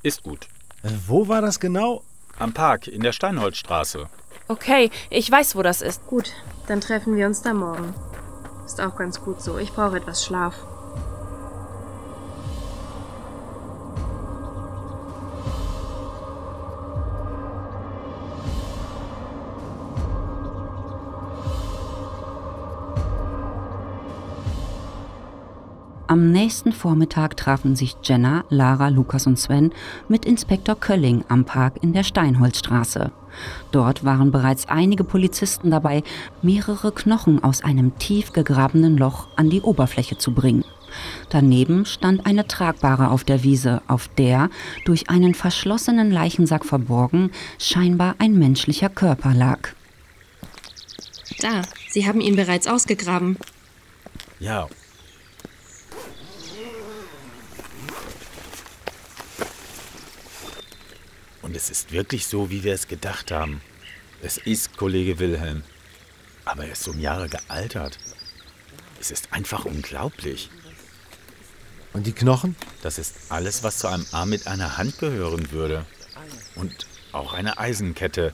Speaker 9: Ist gut.
Speaker 13: Äh, wo war das genau?
Speaker 9: Am Park in der Steinholzstraße.
Speaker 2: Okay, ich weiß, wo das ist.
Speaker 6: Gut, dann treffen wir uns da morgen. Ist auch ganz gut so. Ich brauche etwas Schlaf.
Speaker 1: Am nächsten Vormittag trafen sich Jenna, Lara, Lukas und Sven mit Inspektor Kölling am Park in der Steinholzstraße. Dort waren bereits einige Polizisten dabei, mehrere Knochen aus einem tief gegrabenen Loch an die Oberfläche zu bringen. Daneben stand eine Tragbare auf der Wiese, auf der, durch einen verschlossenen Leichensack verborgen, scheinbar ein menschlicher Körper lag.
Speaker 6: Da, Sie haben ihn bereits ausgegraben.
Speaker 9: Ja. Und es ist wirklich so, wie wir es gedacht haben. Es ist Kollege Wilhelm. Aber er ist um Jahre gealtert. Es ist einfach unglaublich.
Speaker 13: Und die Knochen?
Speaker 9: Das ist alles, was zu einem Arm mit einer Hand gehören würde. Und auch eine Eisenkette.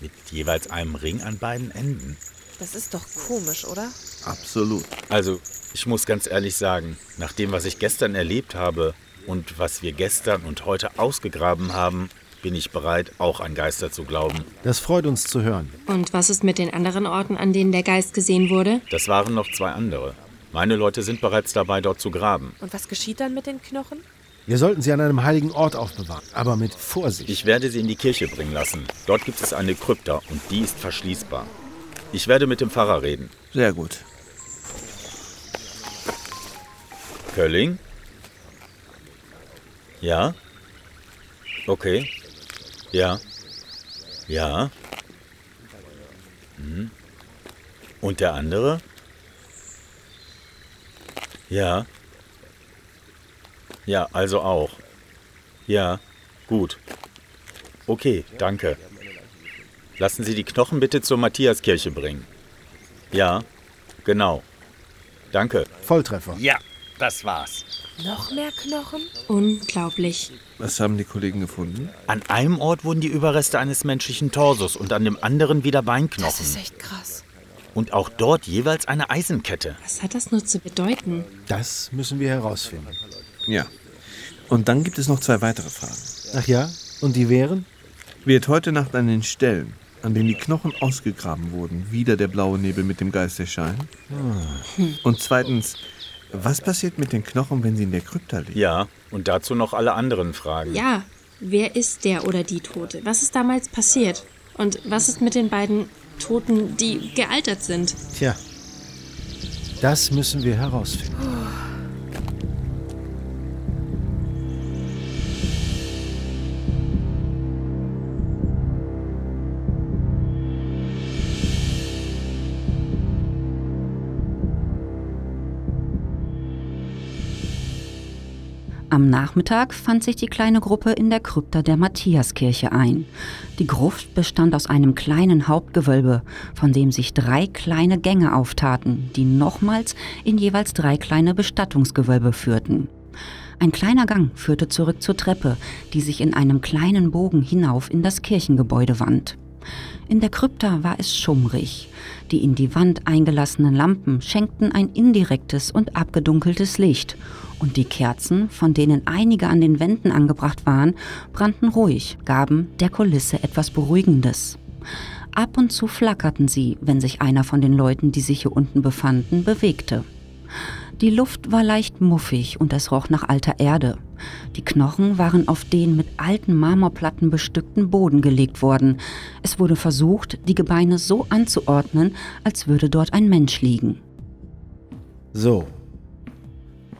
Speaker 9: Mit jeweils einem Ring an beiden Enden.
Speaker 2: Das ist doch komisch, oder?
Speaker 9: Absolut. Also, ich muss ganz ehrlich sagen, nach dem, was ich gestern erlebt habe und was wir gestern und heute ausgegraben haben, bin ich bereit, auch an Geister zu glauben.
Speaker 13: Das freut uns zu hören.
Speaker 6: Und was ist mit den anderen Orten, an denen der Geist gesehen wurde?
Speaker 9: Das waren noch zwei andere. Meine Leute sind bereits dabei, dort zu graben.
Speaker 2: Und was geschieht dann mit den Knochen?
Speaker 13: Wir sollten sie an einem heiligen Ort aufbewahren, aber mit Vorsicht.
Speaker 9: Ich werde sie in die Kirche bringen lassen. Dort gibt es eine Krypta und die ist verschließbar. Ich werde mit dem Pfarrer reden.
Speaker 8: Sehr gut.
Speaker 9: Kölling? Ja? Okay. Ja. Ja. Hm. Und der andere? Ja. Ja, also auch. Ja, gut. Okay, danke. Lassen Sie die Knochen bitte zur Matthiaskirche bringen. Ja, genau. Danke.
Speaker 13: Volltreffer.
Speaker 9: Ja, das war's.
Speaker 2: Noch mehr Knochen?
Speaker 6: Unglaublich.
Speaker 9: Was haben die Kollegen gefunden? An einem Ort wurden die Überreste eines menschlichen Torsos und an dem anderen wieder Beinknochen.
Speaker 2: Echt krass.
Speaker 9: und auch dort jeweils eine Eisenkette.
Speaker 6: Was hat das nur zu bedeuten?
Speaker 7: Das müssen wir herausfinden.
Speaker 8: Ja. Und dann gibt es noch zwei weitere Fragen.
Speaker 7: Ach ja? Und die wären?
Speaker 8: Wird heute Nacht an den Stellen, an denen die Knochen ausgegraben wurden, wieder der blaue Nebel mit dem Geist erscheinen?
Speaker 7: Ah.
Speaker 9: Hm.
Speaker 8: Und zweitens, was passiert mit den Knochen, wenn sie in der Krypta liegen?
Speaker 9: Ja, und dazu noch alle anderen Fragen.
Speaker 6: Ja, wer ist der oder die Tote? Was ist damals passiert? Und was ist mit den beiden Toten, die gealtert sind?
Speaker 7: Tja. Das müssen wir herausfinden.
Speaker 1: Am Nachmittag fand sich die kleine Gruppe in der Krypta der Matthiaskirche ein. Die Gruft bestand aus einem kleinen Hauptgewölbe, von dem sich drei kleine Gänge auftaten, die nochmals in jeweils drei kleine Bestattungsgewölbe führten. Ein kleiner Gang führte zurück zur Treppe, die sich in einem kleinen Bogen hinauf in das Kirchengebäude wand. In der Krypta war es schummrig. Die in die Wand eingelassenen Lampen schenkten ein indirektes und abgedunkeltes Licht. Und die Kerzen, von denen einige an den Wänden angebracht waren, brannten ruhig, gaben der Kulisse etwas Beruhigendes. Ab und zu flackerten sie, wenn sich einer von den Leuten, die sich hier unten befanden, bewegte. Die Luft war leicht muffig und es roch nach alter Erde. Die Knochen waren auf den mit alten Marmorplatten bestückten Boden gelegt worden. Es wurde versucht, die Gebeine so anzuordnen, als würde dort ein Mensch liegen.
Speaker 7: So.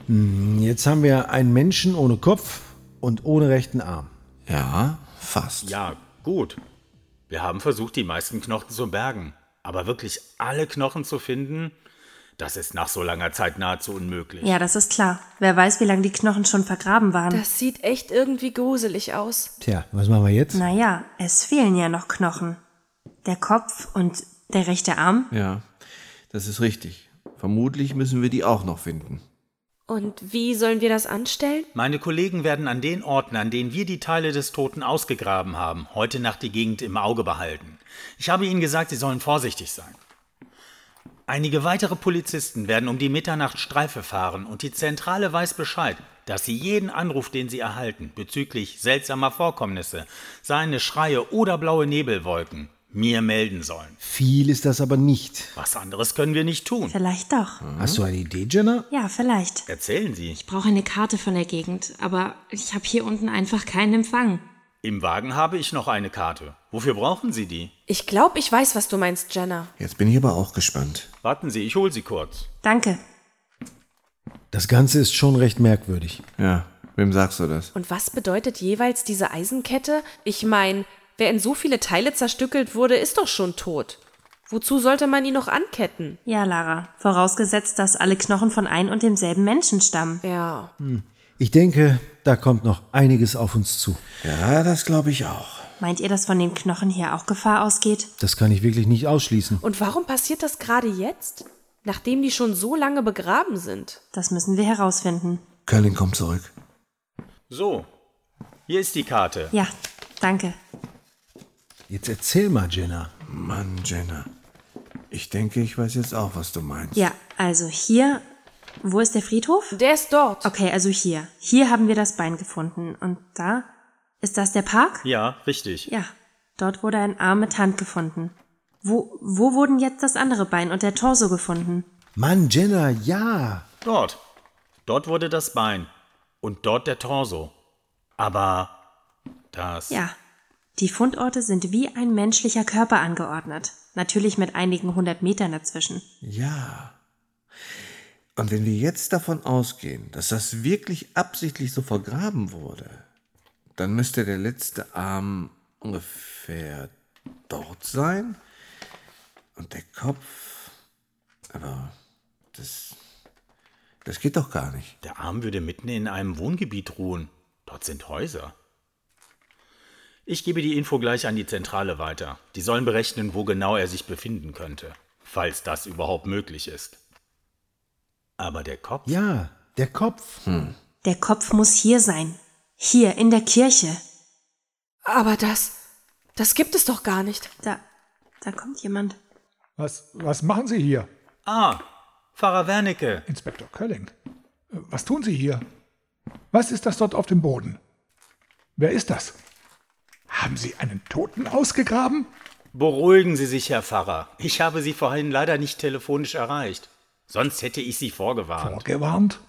Speaker 7: Hm, Jetzt haben wir einen Menschen ohne Kopf und ohne rechten Arm.
Speaker 8: Ja, fast.
Speaker 9: Ja, gut. Wir haben versucht, die meisten Knochen zu bergen. Aber wirklich alle Knochen zu finden, das ist nach so langer Zeit nahezu unmöglich.
Speaker 6: Ja, das ist klar. Wer weiß, wie lange die Knochen schon vergraben waren.
Speaker 4: Das sieht echt irgendwie gruselig aus.
Speaker 7: Tja, was machen wir jetzt?
Speaker 6: Naja, es fehlen ja noch Knochen. Der Kopf und der rechte Arm.
Speaker 8: Ja, das ist richtig. Vermutlich müssen wir die auch noch finden.
Speaker 4: Und wie sollen wir das anstellen?
Speaker 9: Meine Kollegen werden an den Orten, an denen wir die Teile des Toten ausgegraben haben, heute Nacht die Gegend im Auge behalten. Ich habe ihnen gesagt, sie sollen vorsichtig sein. Einige weitere Polizisten werden um die Mitternacht Streife fahren und die Zentrale weiß Bescheid, dass sie jeden Anruf, den sie erhalten, bezüglich seltsamer Vorkommnisse, seine Schreie oder blaue Nebelwolken, mir melden sollen.
Speaker 7: Viel ist das aber nicht.
Speaker 9: Was anderes können wir nicht tun.
Speaker 6: Vielleicht doch.
Speaker 7: Hast du eine Idee, Jenna?
Speaker 6: Ja, vielleicht.
Speaker 9: Erzählen Sie.
Speaker 6: Ich brauche eine Karte von der Gegend, aber ich habe hier unten einfach keinen Empfang.
Speaker 9: Im Wagen habe ich noch eine Karte. Wofür brauchen Sie die?
Speaker 4: Ich glaube, ich weiß, was du meinst, Jenna.
Speaker 8: Jetzt bin ich aber auch gespannt.
Speaker 9: Warten Sie, ich hole sie kurz.
Speaker 6: Danke.
Speaker 7: Das Ganze ist schon recht merkwürdig.
Speaker 8: Ja, wem sagst du das?
Speaker 4: Und was bedeutet jeweils diese Eisenkette? Ich meine, wer in so viele Teile zerstückelt wurde, ist doch schon tot. Wozu sollte man ihn noch anketten?
Speaker 6: Ja, Lara. Vorausgesetzt, dass alle Knochen von ein und demselben Menschen stammen.
Speaker 4: Ja.
Speaker 7: Hm. Ich denke, da kommt noch einiges auf uns zu.
Speaker 8: Ja, das glaube ich auch.
Speaker 6: Meint ihr, dass von den Knochen hier auch Gefahr ausgeht?
Speaker 7: Das kann ich wirklich nicht ausschließen.
Speaker 4: Und warum passiert das gerade jetzt? Nachdem die schon so lange begraben sind.
Speaker 6: Das müssen wir herausfinden.
Speaker 8: Köln kommt zurück.
Speaker 9: So, hier ist die Karte.
Speaker 6: Ja, danke.
Speaker 7: Jetzt erzähl mal, Jenna.
Speaker 8: Mann, Jenna. Ich denke, ich weiß jetzt auch, was du meinst.
Speaker 6: Ja, also hier. Wo ist der Friedhof?
Speaker 4: Der ist dort.
Speaker 6: Okay, also hier. Hier haben wir das Bein gefunden. Und da? Ist das der Park?
Speaker 9: Ja, richtig.
Speaker 6: Ja. Dort wurde ein Arm mit Hand gefunden. Wo, wo wurden jetzt das andere Bein und der Torso gefunden?
Speaker 7: Mann, Jenna, ja.
Speaker 9: Dort. Dort wurde das Bein. Und dort der Torso. Aber das.
Speaker 6: Ja. Die Fundorte sind wie ein menschlicher Körper angeordnet. Natürlich mit einigen hundert Metern dazwischen.
Speaker 8: Ja. Und wenn wir jetzt davon ausgehen, dass das wirklich absichtlich so vergraben wurde, dann müsste der letzte Arm ungefähr dort sein und der Kopf. Aber das. Das geht doch gar nicht.
Speaker 9: Der Arm würde mitten in einem Wohngebiet ruhen. Dort sind Häuser. Ich gebe die Info gleich an die Zentrale weiter. Die sollen berechnen, wo genau er sich befinden könnte. Falls das überhaupt möglich ist. Aber der Kopf?
Speaker 7: Ja, der Kopf.
Speaker 8: Hm.
Speaker 6: Der Kopf muss hier sein. Hier, in der Kirche.
Speaker 4: Aber das. Das gibt es doch gar nicht.
Speaker 6: Da, da kommt jemand.
Speaker 14: Was, was machen Sie hier?
Speaker 9: Ah, Pfarrer Wernicke.
Speaker 14: Inspektor Kölling. Was tun Sie hier? Was ist das dort auf dem Boden? Wer ist das? Haben Sie einen Toten ausgegraben?
Speaker 9: Beruhigen Sie sich, Herr Pfarrer. Ich habe Sie vorhin leider nicht telefonisch erreicht. Sonst hätte ich Sie vorgewarnt.
Speaker 14: Vorgewarnt?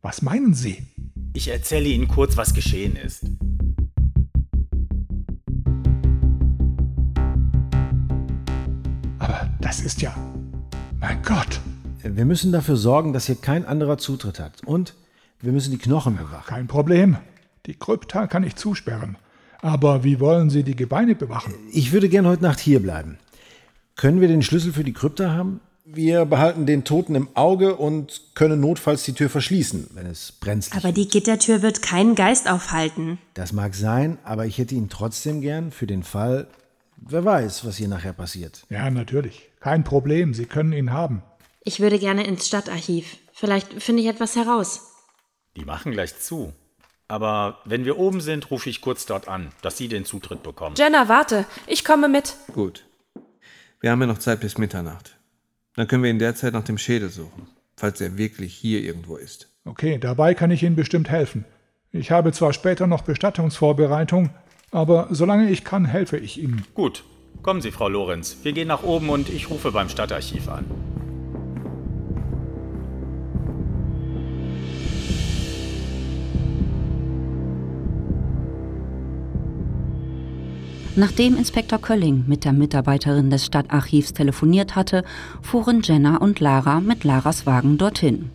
Speaker 14: Was meinen Sie?
Speaker 9: Ich erzähle Ihnen kurz, was geschehen ist.
Speaker 14: Aber das ist ja. Mein Gott.
Speaker 7: Wir müssen dafür sorgen, dass hier kein anderer Zutritt hat. Und wir müssen die Knochen bewachen.
Speaker 14: Kein Problem. Die Krypta kann ich zusperren. Aber wie wollen Sie die Gebeine bewachen?
Speaker 7: Ich würde gern heute Nacht hier bleiben. Können wir den Schlüssel für die Krypta haben? Wir behalten den Toten im Auge und können notfalls die Tür verschließen, wenn es brenzlig
Speaker 6: Aber die Gittertür wird keinen Geist aufhalten.
Speaker 7: Das mag sein, aber ich hätte ihn trotzdem gern für den Fall, wer weiß, was hier nachher passiert.
Speaker 14: Ja, natürlich. Kein Problem. Sie können ihn haben.
Speaker 6: Ich würde gerne ins Stadtarchiv. Vielleicht finde ich etwas heraus.
Speaker 9: Die machen gleich zu. Aber wenn wir oben sind, rufe ich kurz dort an, dass Sie den Zutritt bekommen.
Speaker 2: Jenna, warte. Ich komme mit.
Speaker 8: Gut. Wir haben ja noch Zeit bis Mitternacht. Dann können wir in der Zeit nach dem Schädel suchen, falls er wirklich hier irgendwo ist.
Speaker 14: Okay, dabei kann ich Ihnen bestimmt helfen. Ich habe zwar später noch Bestattungsvorbereitung, aber solange ich kann, helfe ich Ihnen.
Speaker 9: Gut. Kommen Sie, Frau Lorenz. Wir gehen nach oben und ich rufe beim Stadtarchiv an.
Speaker 1: Nachdem Inspektor Kölling mit der Mitarbeiterin des Stadtarchivs telefoniert hatte, fuhren Jenna und Lara mit Laras Wagen dorthin.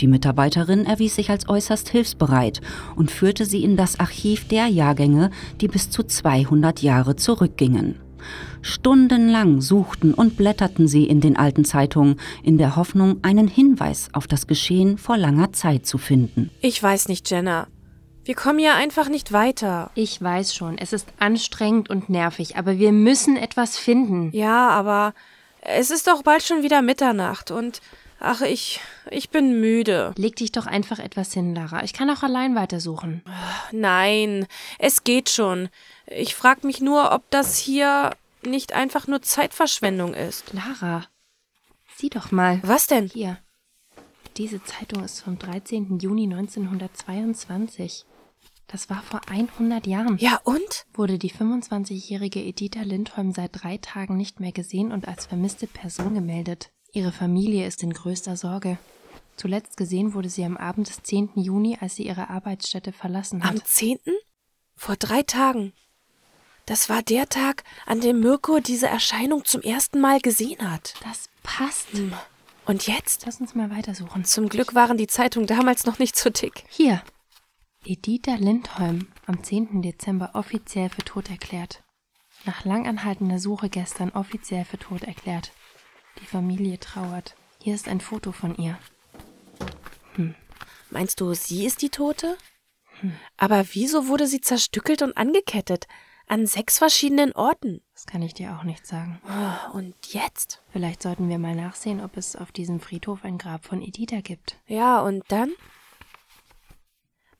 Speaker 1: Die Mitarbeiterin erwies sich als äußerst hilfsbereit und führte sie in das Archiv der Jahrgänge, die bis zu 200 Jahre zurückgingen. Stundenlang suchten und blätterten sie in den alten Zeitungen in der Hoffnung, einen Hinweis auf das Geschehen vor langer Zeit zu finden.
Speaker 2: Ich weiß nicht, Jenna. Wir kommen ja einfach nicht weiter.
Speaker 6: Ich weiß schon, es ist anstrengend und nervig, aber wir müssen etwas finden.
Speaker 2: Ja, aber es ist doch bald schon wieder Mitternacht und ach, ich ich bin müde.
Speaker 6: Leg dich doch einfach etwas hin, Lara. Ich kann auch allein weitersuchen.
Speaker 2: Nein, es geht schon. Ich frag mich nur, ob das hier nicht einfach nur Zeitverschwendung ist.
Speaker 6: Lara, sieh doch mal.
Speaker 2: Was denn?
Speaker 6: Hier. Diese Zeitung ist vom 13. Juni 1922. Das war vor 100 Jahren.
Speaker 2: Ja, und?
Speaker 6: Wurde die 25-jährige Editha Lindholm seit drei Tagen nicht mehr gesehen und als vermisste Person gemeldet. Ihre Familie ist in größter Sorge. Zuletzt gesehen wurde sie am Abend des 10. Juni, als sie ihre Arbeitsstätte verlassen hat.
Speaker 2: Am 10.? Vor drei Tagen. Das war der Tag, an dem Mirko diese Erscheinung zum ersten Mal gesehen hat. Hm.
Speaker 6: Das passt.
Speaker 2: Und jetzt?
Speaker 6: Lass uns mal weitersuchen.
Speaker 2: Zum Glück waren die Zeitungen damals noch nicht so dick.
Speaker 6: Hier. Editha Lindholm, am 10. Dezember offiziell für tot erklärt. Nach langanhaltender Suche gestern offiziell für tot erklärt. Die Familie trauert. Hier ist ein Foto von ihr.
Speaker 2: Hm. Meinst du, sie ist die Tote? Hm. Aber wieso wurde sie zerstückelt und angekettet? An sechs verschiedenen Orten. Oh,
Speaker 6: Das kann ich dir auch nicht sagen.
Speaker 2: Und jetzt?
Speaker 6: Vielleicht sollten wir mal nachsehen, ob es auf diesem Friedhof ein Grab von Editha gibt.
Speaker 2: Ja, und dann?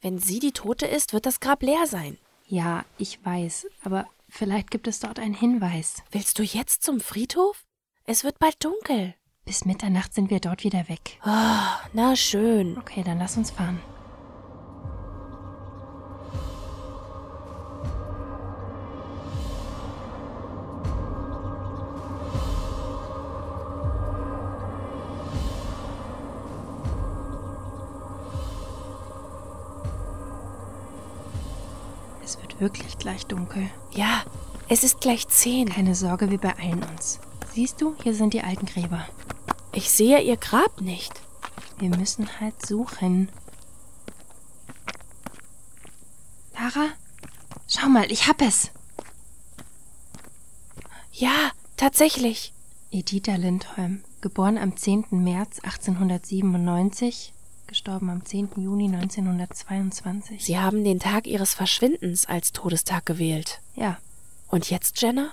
Speaker 2: Wenn sie die Tote ist, wird das Grab leer sein.
Speaker 6: Ja, ich weiß, aber vielleicht gibt es dort einen Hinweis.
Speaker 2: Willst du jetzt zum Friedhof? Es wird bald dunkel.
Speaker 6: Bis Mitternacht sind wir dort wieder weg.
Speaker 2: Oh, na schön.
Speaker 6: Okay, dann lass uns fahren. Es wird wirklich gleich dunkel.
Speaker 2: Ja, es ist gleich zehn.
Speaker 6: Keine Sorge, wir beeilen uns. Siehst du, hier sind die alten Gräber.
Speaker 2: Ich sehe ihr Grab nicht.
Speaker 6: Wir müssen halt suchen. Lara, schau mal, ich hab es.
Speaker 2: Ja, tatsächlich.
Speaker 6: Editha Lindholm, geboren am 10. März 1897, gestorben am 10. Juni 1922.
Speaker 2: Sie haben den Tag ihres Verschwindens als Todestag gewählt.
Speaker 6: Ja.
Speaker 2: Und jetzt, Jenna?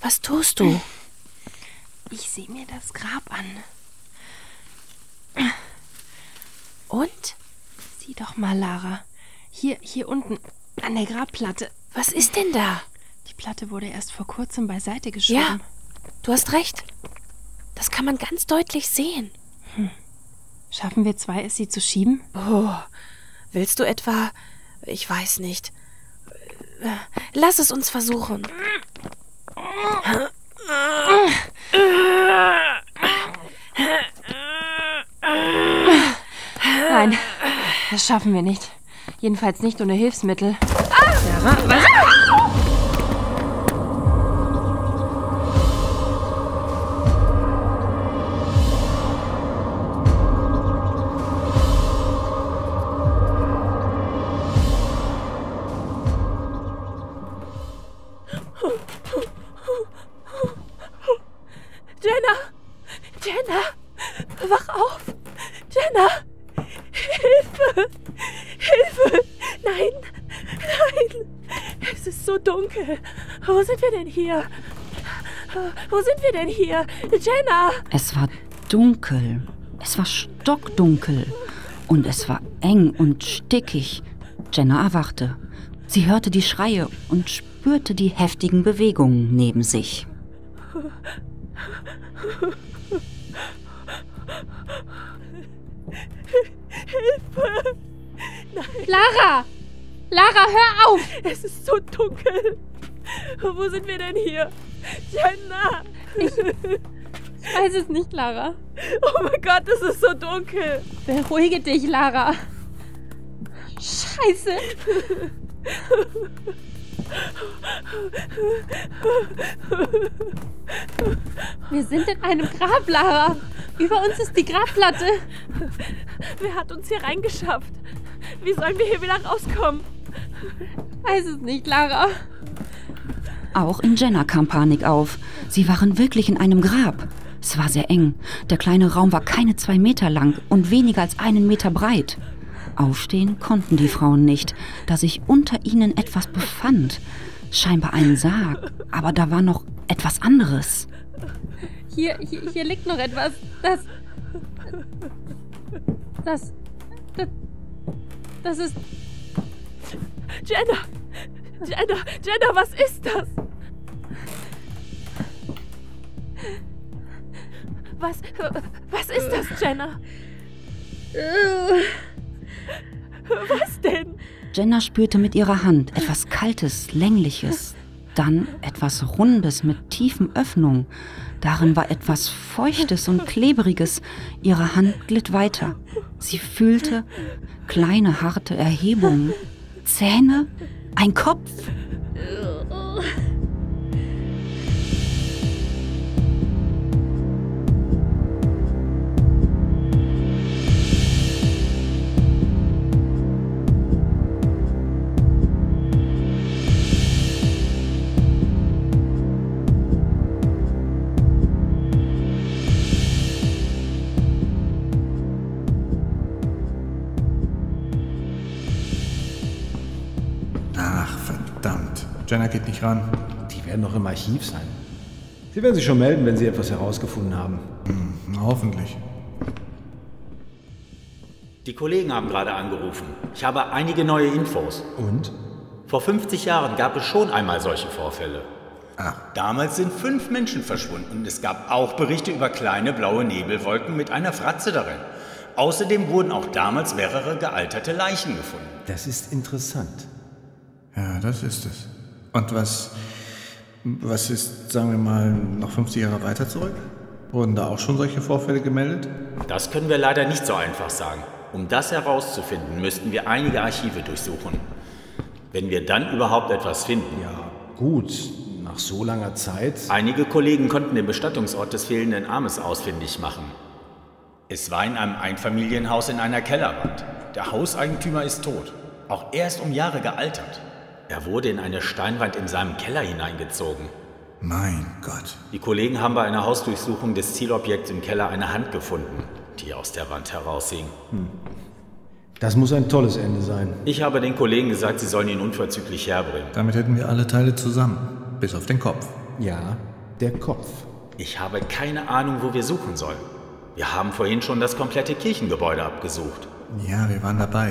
Speaker 2: Was tust du?
Speaker 6: Ich sehe mir das Grab an.
Speaker 2: Und?
Speaker 6: Sieh doch mal, Lara. Hier, hier unten, an der Grabplatte.
Speaker 2: Was ist denn da?
Speaker 6: Die Platte wurde erst vor kurzem beiseite geschoben.
Speaker 2: Ja, du hast recht. Das kann man ganz deutlich sehen.
Speaker 6: Hm. Schaffen wir zwei es, sie zu schieben?
Speaker 2: Oh, willst du etwa... Ich weiß nicht. Lass es uns versuchen.
Speaker 6: Nein, das schaffen wir nicht. Jedenfalls nicht ohne Hilfsmittel. Sarah, was?
Speaker 4: Jenna! Jenna! Wach auf! Jenna! Hilfe! Hilfe! Nein! Nein! Es ist so dunkel. Wo sind wir denn hier? Wo sind wir denn hier? Jenna!
Speaker 1: Es war dunkel. Es war stockdunkel. Und es war eng und stickig. Jenna erwachte. Sie hörte die Schreie und spürte die heftigen Bewegungen neben sich.
Speaker 4: Hilfe! Nein!
Speaker 11: Lara! Lara, hör auf!
Speaker 4: Es ist so dunkel. Wo sind wir denn hier? Jenna!
Speaker 11: Ich, ich weiß es nicht, Lara.
Speaker 4: Oh mein Gott, es ist so dunkel.
Speaker 11: Beruhige dich, Lara. Scheiße. Wir sind in einem Grab, Lara. Über uns ist die Grabplatte.
Speaker 4: Wer hat uns hier reingeschafft? Wie sollen wir hier wieder rauskommen?
Speaker 11: Weiß es nicht, Lara.
Speaker 1: Auch in Jenna kam Panik auf. Sie waren wirklich in einem Grab. Es war sehr eng. Der kleine Raum war keine zwei Meter lang und weniger als einen Meter breit. Aufstehen konnten die Frauen nicht, da sich unter ihnen etwas befand. Scheinbar ein Sarg, aber da war noch etwas anderes.
Speaker 11: Hier, hier, hier liegt noch etwas. Das. Das. Das, das ist.
Speaker 4: Jenna! Jenna! Jenna, was ist das? Was. Was ist das, Jenna? Was denn?
Speaker 1: Jenna spürte mit ihrer Hand etwas Kaltes, Längliches, dann etwas Rundes mit tiefen Öffnungen. Darin war etwas Feuchtes und Klebriges. Ihre Hand glitt weiter. Sie fühlte kleine, harte Erhebungen. Zähne, ein Kopf.
Speaker 8: Jenna geht nicht ran.
Speaker 7: Die werden doch im Archiv sein. Sie werden sich schon melden, wenn sie etwas herausgefunden haben.
Speaker 8: Hm, hoffentlich.
Speaker 9: Die Kollegen haben gerade angerufen. Ich habe einige neue Infos.
Speaker 8: Und?
Speaker 9: Vor 50 Jahren gab es schon einmal solche Vorfälle.
Speaker 8: Ah.
Speaker 9: Damals sind fünf Menschen verschwunden. Es gab auch Berichte über kleine blaue Nebelwolken mit einer Fratze darin. Außerdem wurden auch damals mehrere gealterte Leichen gefunden.
Speaker 7: Das ist interessant.
Speaker 8: Ja, das ist es. Und was, was ist, sagen wir mal, noch 50 Jahre weiter zurück? Wurden da auch schon solche Vorfälle gemeldet?
Speaker 9: Das können wir leider nicht so einfach sagen. Um das herauszufinden, müssten wir einige Archive durchsuchen. Wenn wir dann überhaupt etwas finden.
Speaker 7: Ja, gut. Nach so langer Zeit.
Speaker 9: Einige Kollegen konnten den Bestattungsort des fehlenden Armes ausfindig machen. Es war in einem Einfamilienhaus in einer Kellerwand. Der Hauseigentümer ist tot. Auch er ist um Jahre gealtert. Er wurde in eine Steinwand in seinem Keller hineingezogen.
Speaker 8: Mein Gott.
Speaker 9: Die Kollegen haben bei einer Hausdurchsuchung des Zielobjekts im Keller eine Hand gefunden, die aus der Wand heraushing. Hm.
Speaker 7: Das muss ein tolles Ende sein.
Speaker 9: Ich habe den Kollegen gesagt, sie sollen ihn unverzüglich herbringen.
Speaker 8: Damit hätten wir alle Teile zusammen, bis auf den Kopf.
Speaker 7: Ja, der Kopf.
Speaker 9: Ich habe keine Ahnung, wo wir suchen sollen. Wir haben vorhin schon das komplette Kirchengebäude abgesucht.
Speaker 8: Ja, wir waren dabei.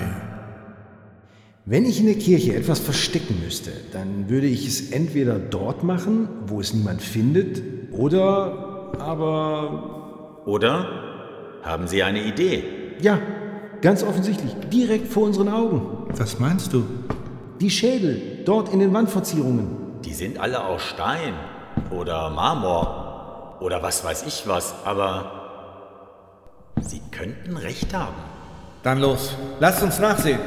Speaker 7: Wenn ich in der Kirche etwas verstecken müsste, dann würde ich es entweder dort machen, wo es niemand findet, oder aber...
Speaker 9: Oder? Haben Sie eine Idee?
Speaker 7: Ja, ganz offensichtlich, direkt vor unseren Augen.
Speaker 8: Was meinst du?
Speaker 7: Die Schädel, dort in den Wandverzierungen.
Speaker 9: Die sind alle aus Stein oder Marmor oder was weiß ich was, aber Sie könnten recht haben.
Speaker 8: Dann los. Lasst uns nachsehen.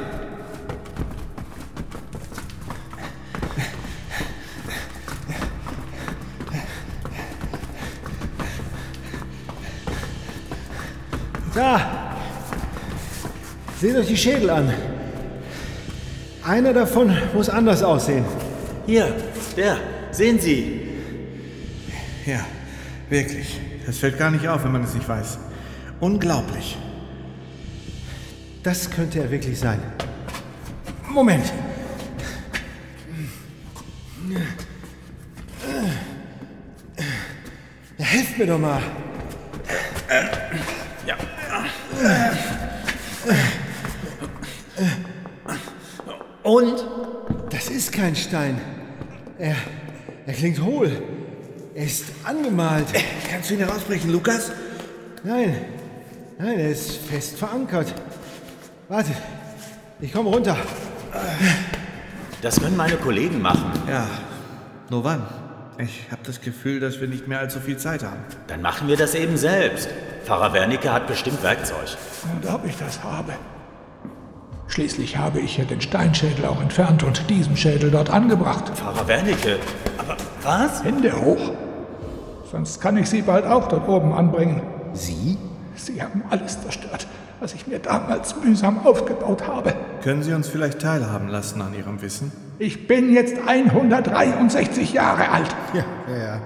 Speaker 7: Da! Seht euch die Schädel an. Einer davon muss anders aussehen.
Speaker 9: Hier, der, sehen Sie.
Speaker 8: Ja, wirklich. Das fällt gar nicht auf, wenn man es nicht weiß. Unglaublich.
Speaker 7: Das könnte er wirklich sein. Moment. Ja, helft mir doch mal.
Speaker 9: Ja.
Speaker 7: Und? Das ist kein Stein. Er, er klingt hohl. Er ist angemalt.
Speaker 8: Kannst du ihn herausbrechen, Lukas?
Speaker 7: Nein. Nein, er ist fest verankert. Warte. Ich komme runter.
Speaker 9: Das können meine Kollegen machen.
Speaker 8: Ja. Nur wann? Ich habe das Gefühl, dass wir nicht mehr allzu viel Zeit haben.
Speaker 9: Dann machen wir das eben selbst. Pfarrer Wernicke hat bestimmt Werkzeug.
Speaker 14: Und ob ich das habe? Schließlich habe ich ja den Steinschädel auch entfernt und diesen Schädel dort angebracht.
Speaker 9: Pfarrer Wernicke, aber was?
Speaker 14: Hände hoch. Sonst kann ich sie bald auch dort oben anbringen.
Speaker 7: Sie?
Speaker 14: Sie haben alles zerstört, was ich mir damals mühsam aufgebaut habe.
Speaker 8: Können Sie uns vielleicht teilhaben lassen an Ihrem Wissen?
Speaker 14: Ich bin jetzt 163 Jahre alt.
Speaker 7: Ja, ja, ja.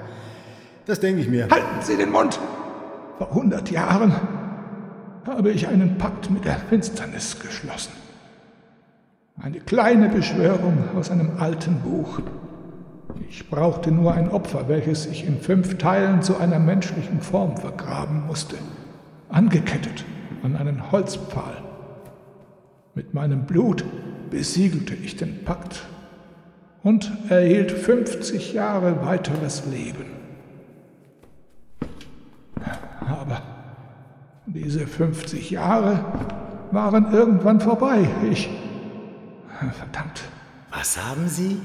Speaker 7: Das denke ich mir.
Speaker 14: Halten Sie den Mund! Vor 100 Jahren habe ich einen Pakt mit der Finsternis geschlossen. Eine kleine Beschwörung aus einem alten Buch. Ich brauchte nur ein Opfer, welches ich in fünf Teilen zu einer menschlichen Form vergraben musste, angekettet an einen Holzpfahl. Mit meinem Blut besiegelte ich den Pakt und erhielt 50 Jahre weiteres Leben. Aber diese 50 Jahre waren irgendwann vorbei. Ich. Verdammt,
Speaker 9: Was haben Sie?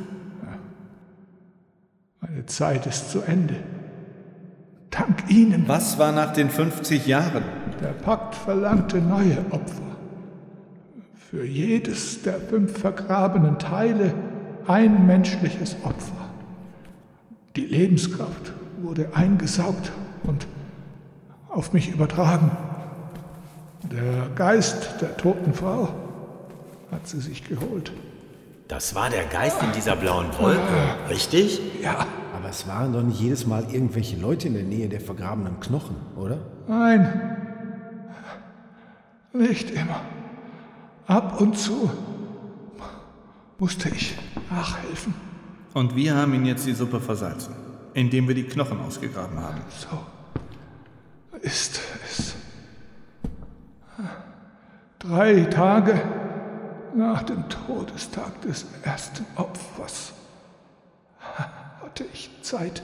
Speaker 14: meine Zeit ist zu Ende. Dank Ihnen.
Speaker 8: Was war nach den 50 Jahren?
Speaker 14: Der Pakt verlangte neue Opfer. Für jedes der fünf vergrabenen Teile ein menschliches Opfer. Die Lebenskraft wurde eingesaugt und auf mich übertragen. Der Geist der toten Frau hat sie sich geholt.
Speaker 9: Das war der Geist in dieser blauen Wolke, richtig?
Speaker 14: Ja.
Speaker 7: Aber es waren doch nicht jedes Mal irgendwelche Leute in der Nähe der vergrabenen Knochen, oder?
Speaker 14: Nein, nicht immer. Ab und zu musste ich nachhelfen.
Speaker 8: Und wir haben Ihnen jetzt die Suppe versalzen, indem wir die Knochen ausgegraben haben.
Speaker 14: So ist es. Drei Tage nach dem Todestag des ersten Opfers hatte ich Zeit.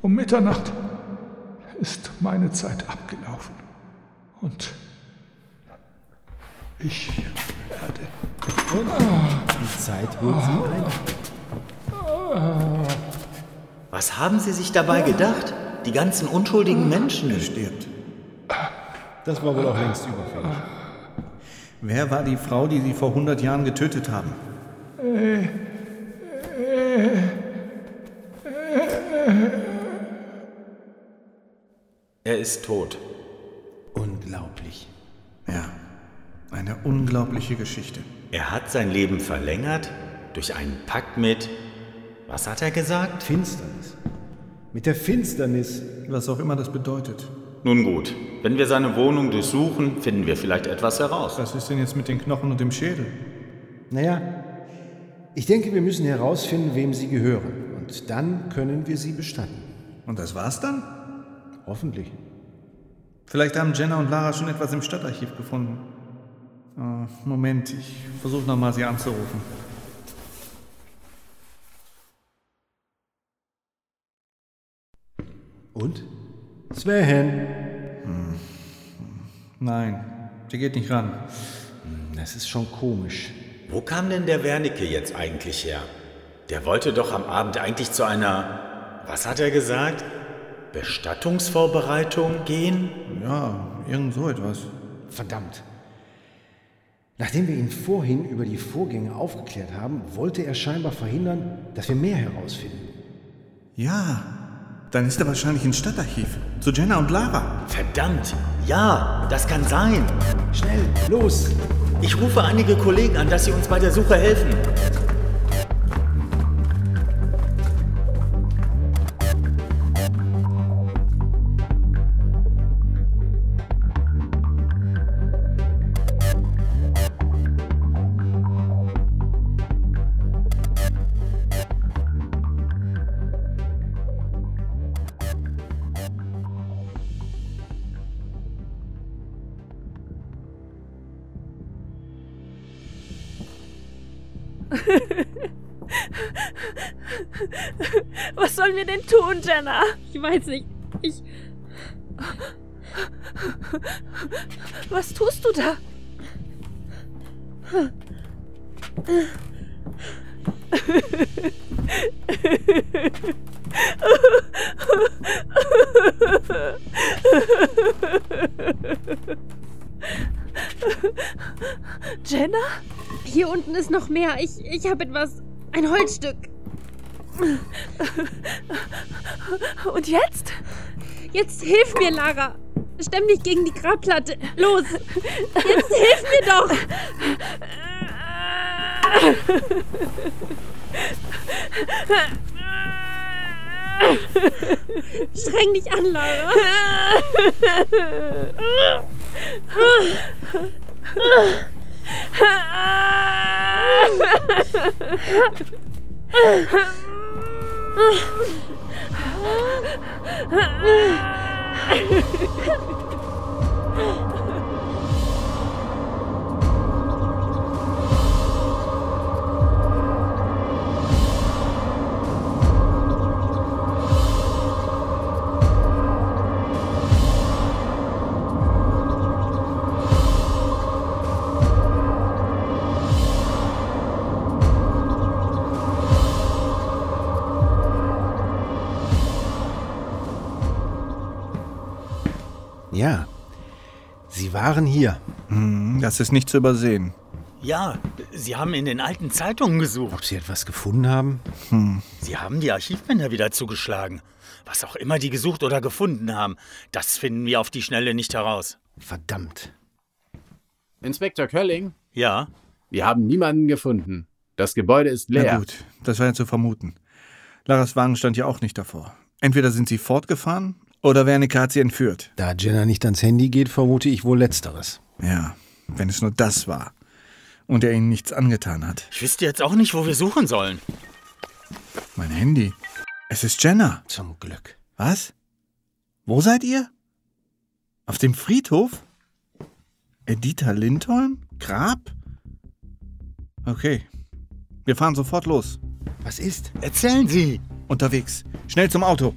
Speaker 14: Um Mitternacht ist meine Zeit abgelaufen. Und ich werde
Speaker 7: Und die Zeit holt sie ein.
Speaker 9: Was haben Sie sich dabei gedacht? Die ganzen unschuldigen Menschen.
Speaker 8: Stirbt.
Speaker 7: Das war wohl auch längst überfällig.
Speaker 8: Wer war die Frau, die Sie vor 100 Jahren getötet haben?
Speaker 9: Er ist tot.
Speaker 7: Unglaublich.
Speaker 8: Ja, eine unglaubliche Geschichte.
Speaker 9: Er hat sein Leben verlängert durch einen Pakt mit. Was hat er gesagt?
Speaker 7: Finsternis. Mit der Finsternis.
Speaker 8: Was auch immer das bedeutet.
Speaker 9: Nun gut, wenn wir seine Wohnung durchsuchen, finden wir vielleicht etwas heraus.
Speaker 8: Was ist denn jetzt mit den Knochen und dem Schädel?
Speaker 7: Naja, ich denke, wir müssen herausfinden, wem sie gehören. Und dann können wir sie bestatten.
Speaker 8: Und das war's dann?
Speaker 7: Hoffentlich.
Speaker 8: Vielleicht haben Jenna und Lara schon etwas im Stadtarchiv gefunden. Äh, Moment, ich versuche nochmal, sie anzurufen.
Speaker 7: Und? Sven!
Speaker 8: Hm. Nein, sie geht nicht ran.
Speaker 7: Das ist schon komisch.
Speaker 9: Wo kam denn der Wernicke jetzt eigentlich her? Der wollte doch am Abend eigentlich zu einer, was hat er gesagt? Bestattungsvorbereitung gehen?
Speaker 8: Ja, irgend so etwas.
Speaker 7: Verdammt. Nachdem wir ihn vorhin über die Vorgänge aufgeklärt haben, wollte er scheinbar verhindern, dass wir mehr herausfinden.
Speaker 8: Ja, dann ist er wahrscheinlich ins Stadtarchiv. Zu Jenna und Lara.
Speaker 9: Verdammt! Ja, das kann sein!
Speaker 7: Schnell, los!
Speaker 9: Ich rufe einige Kollegen an, dass sie uns bei der Suche helfen.
Speaker 2: Was sollen wir denn tun, Jenna?
Speaker 6: Ich weiß nicht. Ich.
Speaker 2: Was tust du da? Jenna?
Speaker 6: Hier unten ist noch mehr. Ich, ich habe etwas. Ein Holzstück.
Speaker 2: Und jetzt?
Speaker 6: Jetzt hilf mir, Lara. Stemm dich gegen die Grabplatte. Los! Jetzt hilf mir doch! Streng dich an, Lara.
Speaker 4: Ja, sie waren hier.
Speaker 8: Hm, Das ist nicht zu übersehen.
Speaker 9: Ja, sie haben in den alten Zeitungen gesucht.
Speaker 4: Ob sie etwas gefunden haben?
Speaker 8: Hm.
Speaker 9: Sie haben die Archivmänner wieder zugeschlagen. Was auch immer die gesucht oder gefunden haben, das finden wir auf die Schnelle nicht heraus.
Speaker 4: Verdammt.
Speaker 14: Inspektor Kölling,
Speaker 9: Ja,
Speaker 14: wir haben niemanden gefunden. Das Gebäude ist leer.
Speaker 8: Na gut, das war ja zu vermuten. Laras Wagen stand ja auch nicht davor. Entweder sind sie fortgefahren oder Wernicke hat sie entführt.
Speaker 4: Da Jenna nicht ans Handy geht, vermute ich wohl Letzteres.
Speaker 8: Ja, wenn es nur das war. Und er ihnen nichts angetan hat.
Speaker 9: ich wüsste jetzt auch nicht, wo wir suchen sollen.
Speaker 8: Mein Handy. Es ist Jenna.
Speaker 4: Zum Glück.
Speaker 8: Was? Wo seid ihr? Auf dem Friedhof? Editha Lindholm? Grab? Okay. Wir fahren sofort los.
Speaker 4: Was ist?
Speaker 9: Erzählen Sie!
Speaker 8: Unterwegs. Schnell zum Auto.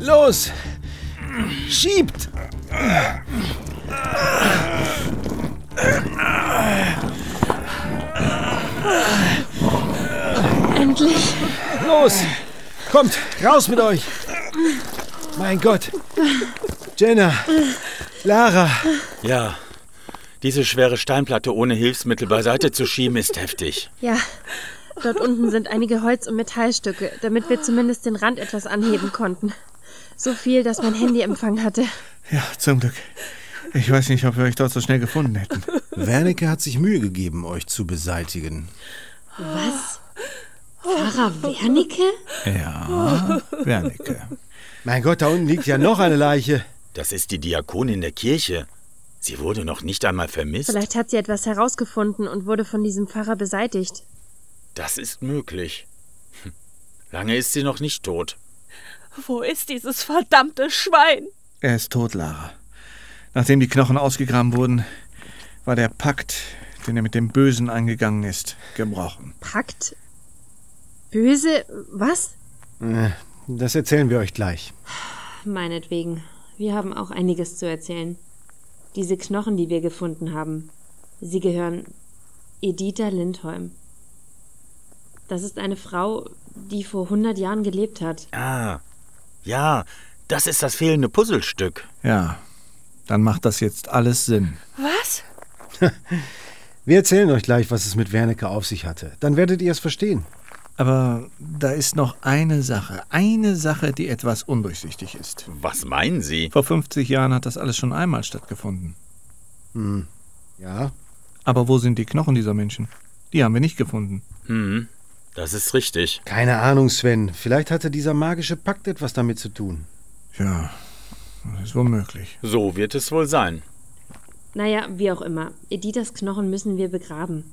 Speaker 4: Los! Schiebt!
Speaker 6: Endlich.
Speaker 4: Los! Kommt, raus mit euch! Mein Gott! Jenna! Lara!
Speaker 9: Ja, diese schwere Steinplatte ohne Hilfsmittel beiseite zu schieben ist heftig.
Speaker 6: Ja. Dort unten sind einige Holz- und Metallstücke, damit wir zumindest den Rand etwas anheben konnten. So viel, dass mein Handy Empfang hatte.
Speaker 8: Ja, zum Glück. Ich weiß nicht, ob wir euch dort so schnell gefunden hätten.
Speaker 4: Wernicke hat sich Mühe gegeben, euch zu beseitigen.
Speaker 6: Was? Pfarrer Wernicke?
Speaker 7: Ah,
Speaker 4: Ja, Wernicke. Mein Gott, da unten liegt ja noch eine Leiche.
Speaker 9: Das ist die Diakonin der Kirche. Sie wurde noch nicht einmal vermisst.
Speaker 15: Vielleicht hat sie etwas herausgefunden und wurde von diesem Pfarrer beseitigt.
Speaker 9: Das ist möglich. Hm. Lange ist sie noch nicht tot.
Speaker 2: Wo ist dieses verdammte Schwein?
Speaker 8: Er ist tot, Lara. Nachdem die Knochen ausgegraben wurden, war der Pakt, den er mit dem Bösen eingegangen ist, gebrochen.
Speaker 15: Packt? Böse? Was?
Speaker 4: Äh, Das erzählen wir euch gleich.
Speaker 6: Meinetwegen. Wir haben auch einiges zu erzählen. Diese Knochen, die wir gefunden haben, sie gehören Editha Lindholm. Das ist eine Frau, die vor 100 Jahren gelebt hat.
Speaker 9: Ah, ja, das ist das fehlende Puzzlestück.
Speaker 8: Ja, dann macht das jetzt alles Sinn.
Speaker 2: Was?
Speaker 4: Wir erzählen euch gleich, was es mit Wernicke auf sich hatte. Dann werdet ihr es verstehen.
Speaker 8: Aber da ist noch eine Sache, eine Sache, die etwas undurchsichtig ist.
Speaker 9: Was meinen Sie?
Speaker 8: Vor 50 Jahren hat das alles schon einmal stattgefunden.
Speaker 4: Hm. Ja.
Speaker 8: Aber wo sind die Knochen dieser Menschen? Die haben wir nicht gefunden.
Speaker 9: Hm. Das ist richtig.
Speaker 4: Keine Ahnung, Sven. Vielleicht hatte dieser magische Pakt etwas damit zu tun.
Speaker 8: Ja, das ist womöglich.
Speaker 9: So wird es wohl sein.
Speaker 6: Naja, wie auch immer. Edithas Knochen müssen wir begraben.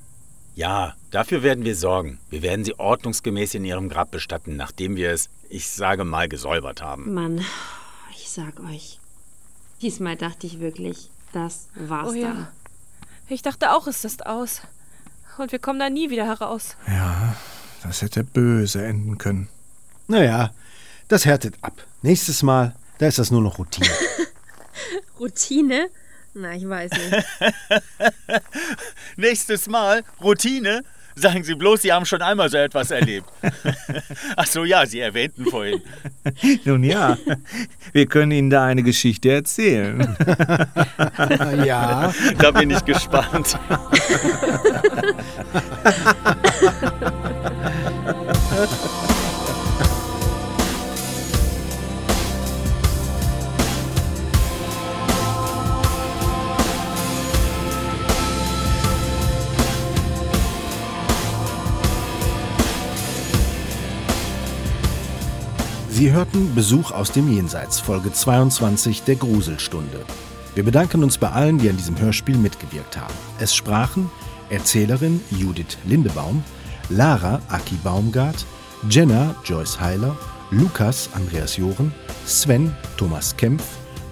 Speaker 9: Ja, dafür werden wir sorgen. Wir werden sie ordnungsgemäß in ihrem Grab bestatten, nachdem wir es, ich sage mal, gesäubert haben.
Speaker 6: Mann, ich sag euch. Diesmal dachte ich wirklich, das war's
Speaker 2: Oh ja.
Speaker 6: dann.
Speaker 2: Ich dachte auch, es ist aus. Und wir kommen da nie wieder heraus.
Speaker 8: Ja, das hätte böse enden können.
Speaker 4: Naja, das härtet ab. Nächstes Mal, da ist das nur noch Routine.
Speaker 15: Routine? Na, ich weiß nicht.
Speaker 9: Nächstes Mal Routine. Sagen Sie bloß, Sie haben schon einmal so etwas erlebt. Ach so, ja, Sie erwähnten vorhin.
Speaker 8: Nun ja, wir können Ihnen da eine Geschichte erzählen.
Speaker 4: Ja.
Speaker 9: Da bin ich gespannt.
Speaker 7: Sie hörten Besuch aus dem Jenseits, Folge 22 der Gruselstunde. Wir bedanken uns bei allen, die an diesem Hörspiel mitgewirkt haben. Es sprachen Erzählerin Judith Lindebaum, Lara Aki Baumgart, Jenna Joyce Heiler, Lukas Andreas Joren, Sven Thomas Kempf,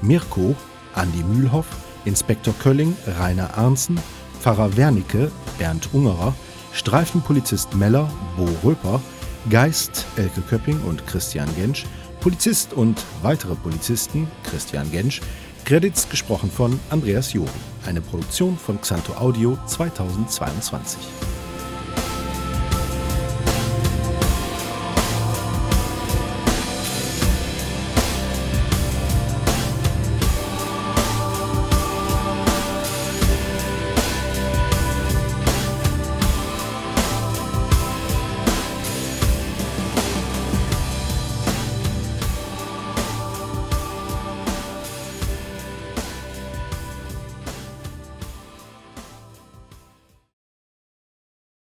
Speaker 7: Mirko Andi Mühlhoff, Inspektor Kölling Rainer Arnzen, Pfarrer Wernicke Bernd Ungerer, Streifenpolizist Meller Bo Röper, Geist Elke Köpping und Christian Gensch, Polizist und weitere Polizisten Christian Gensch, Credits gesprochen von Andreas Joren. Eine Produktion von Xanto Audio 2022.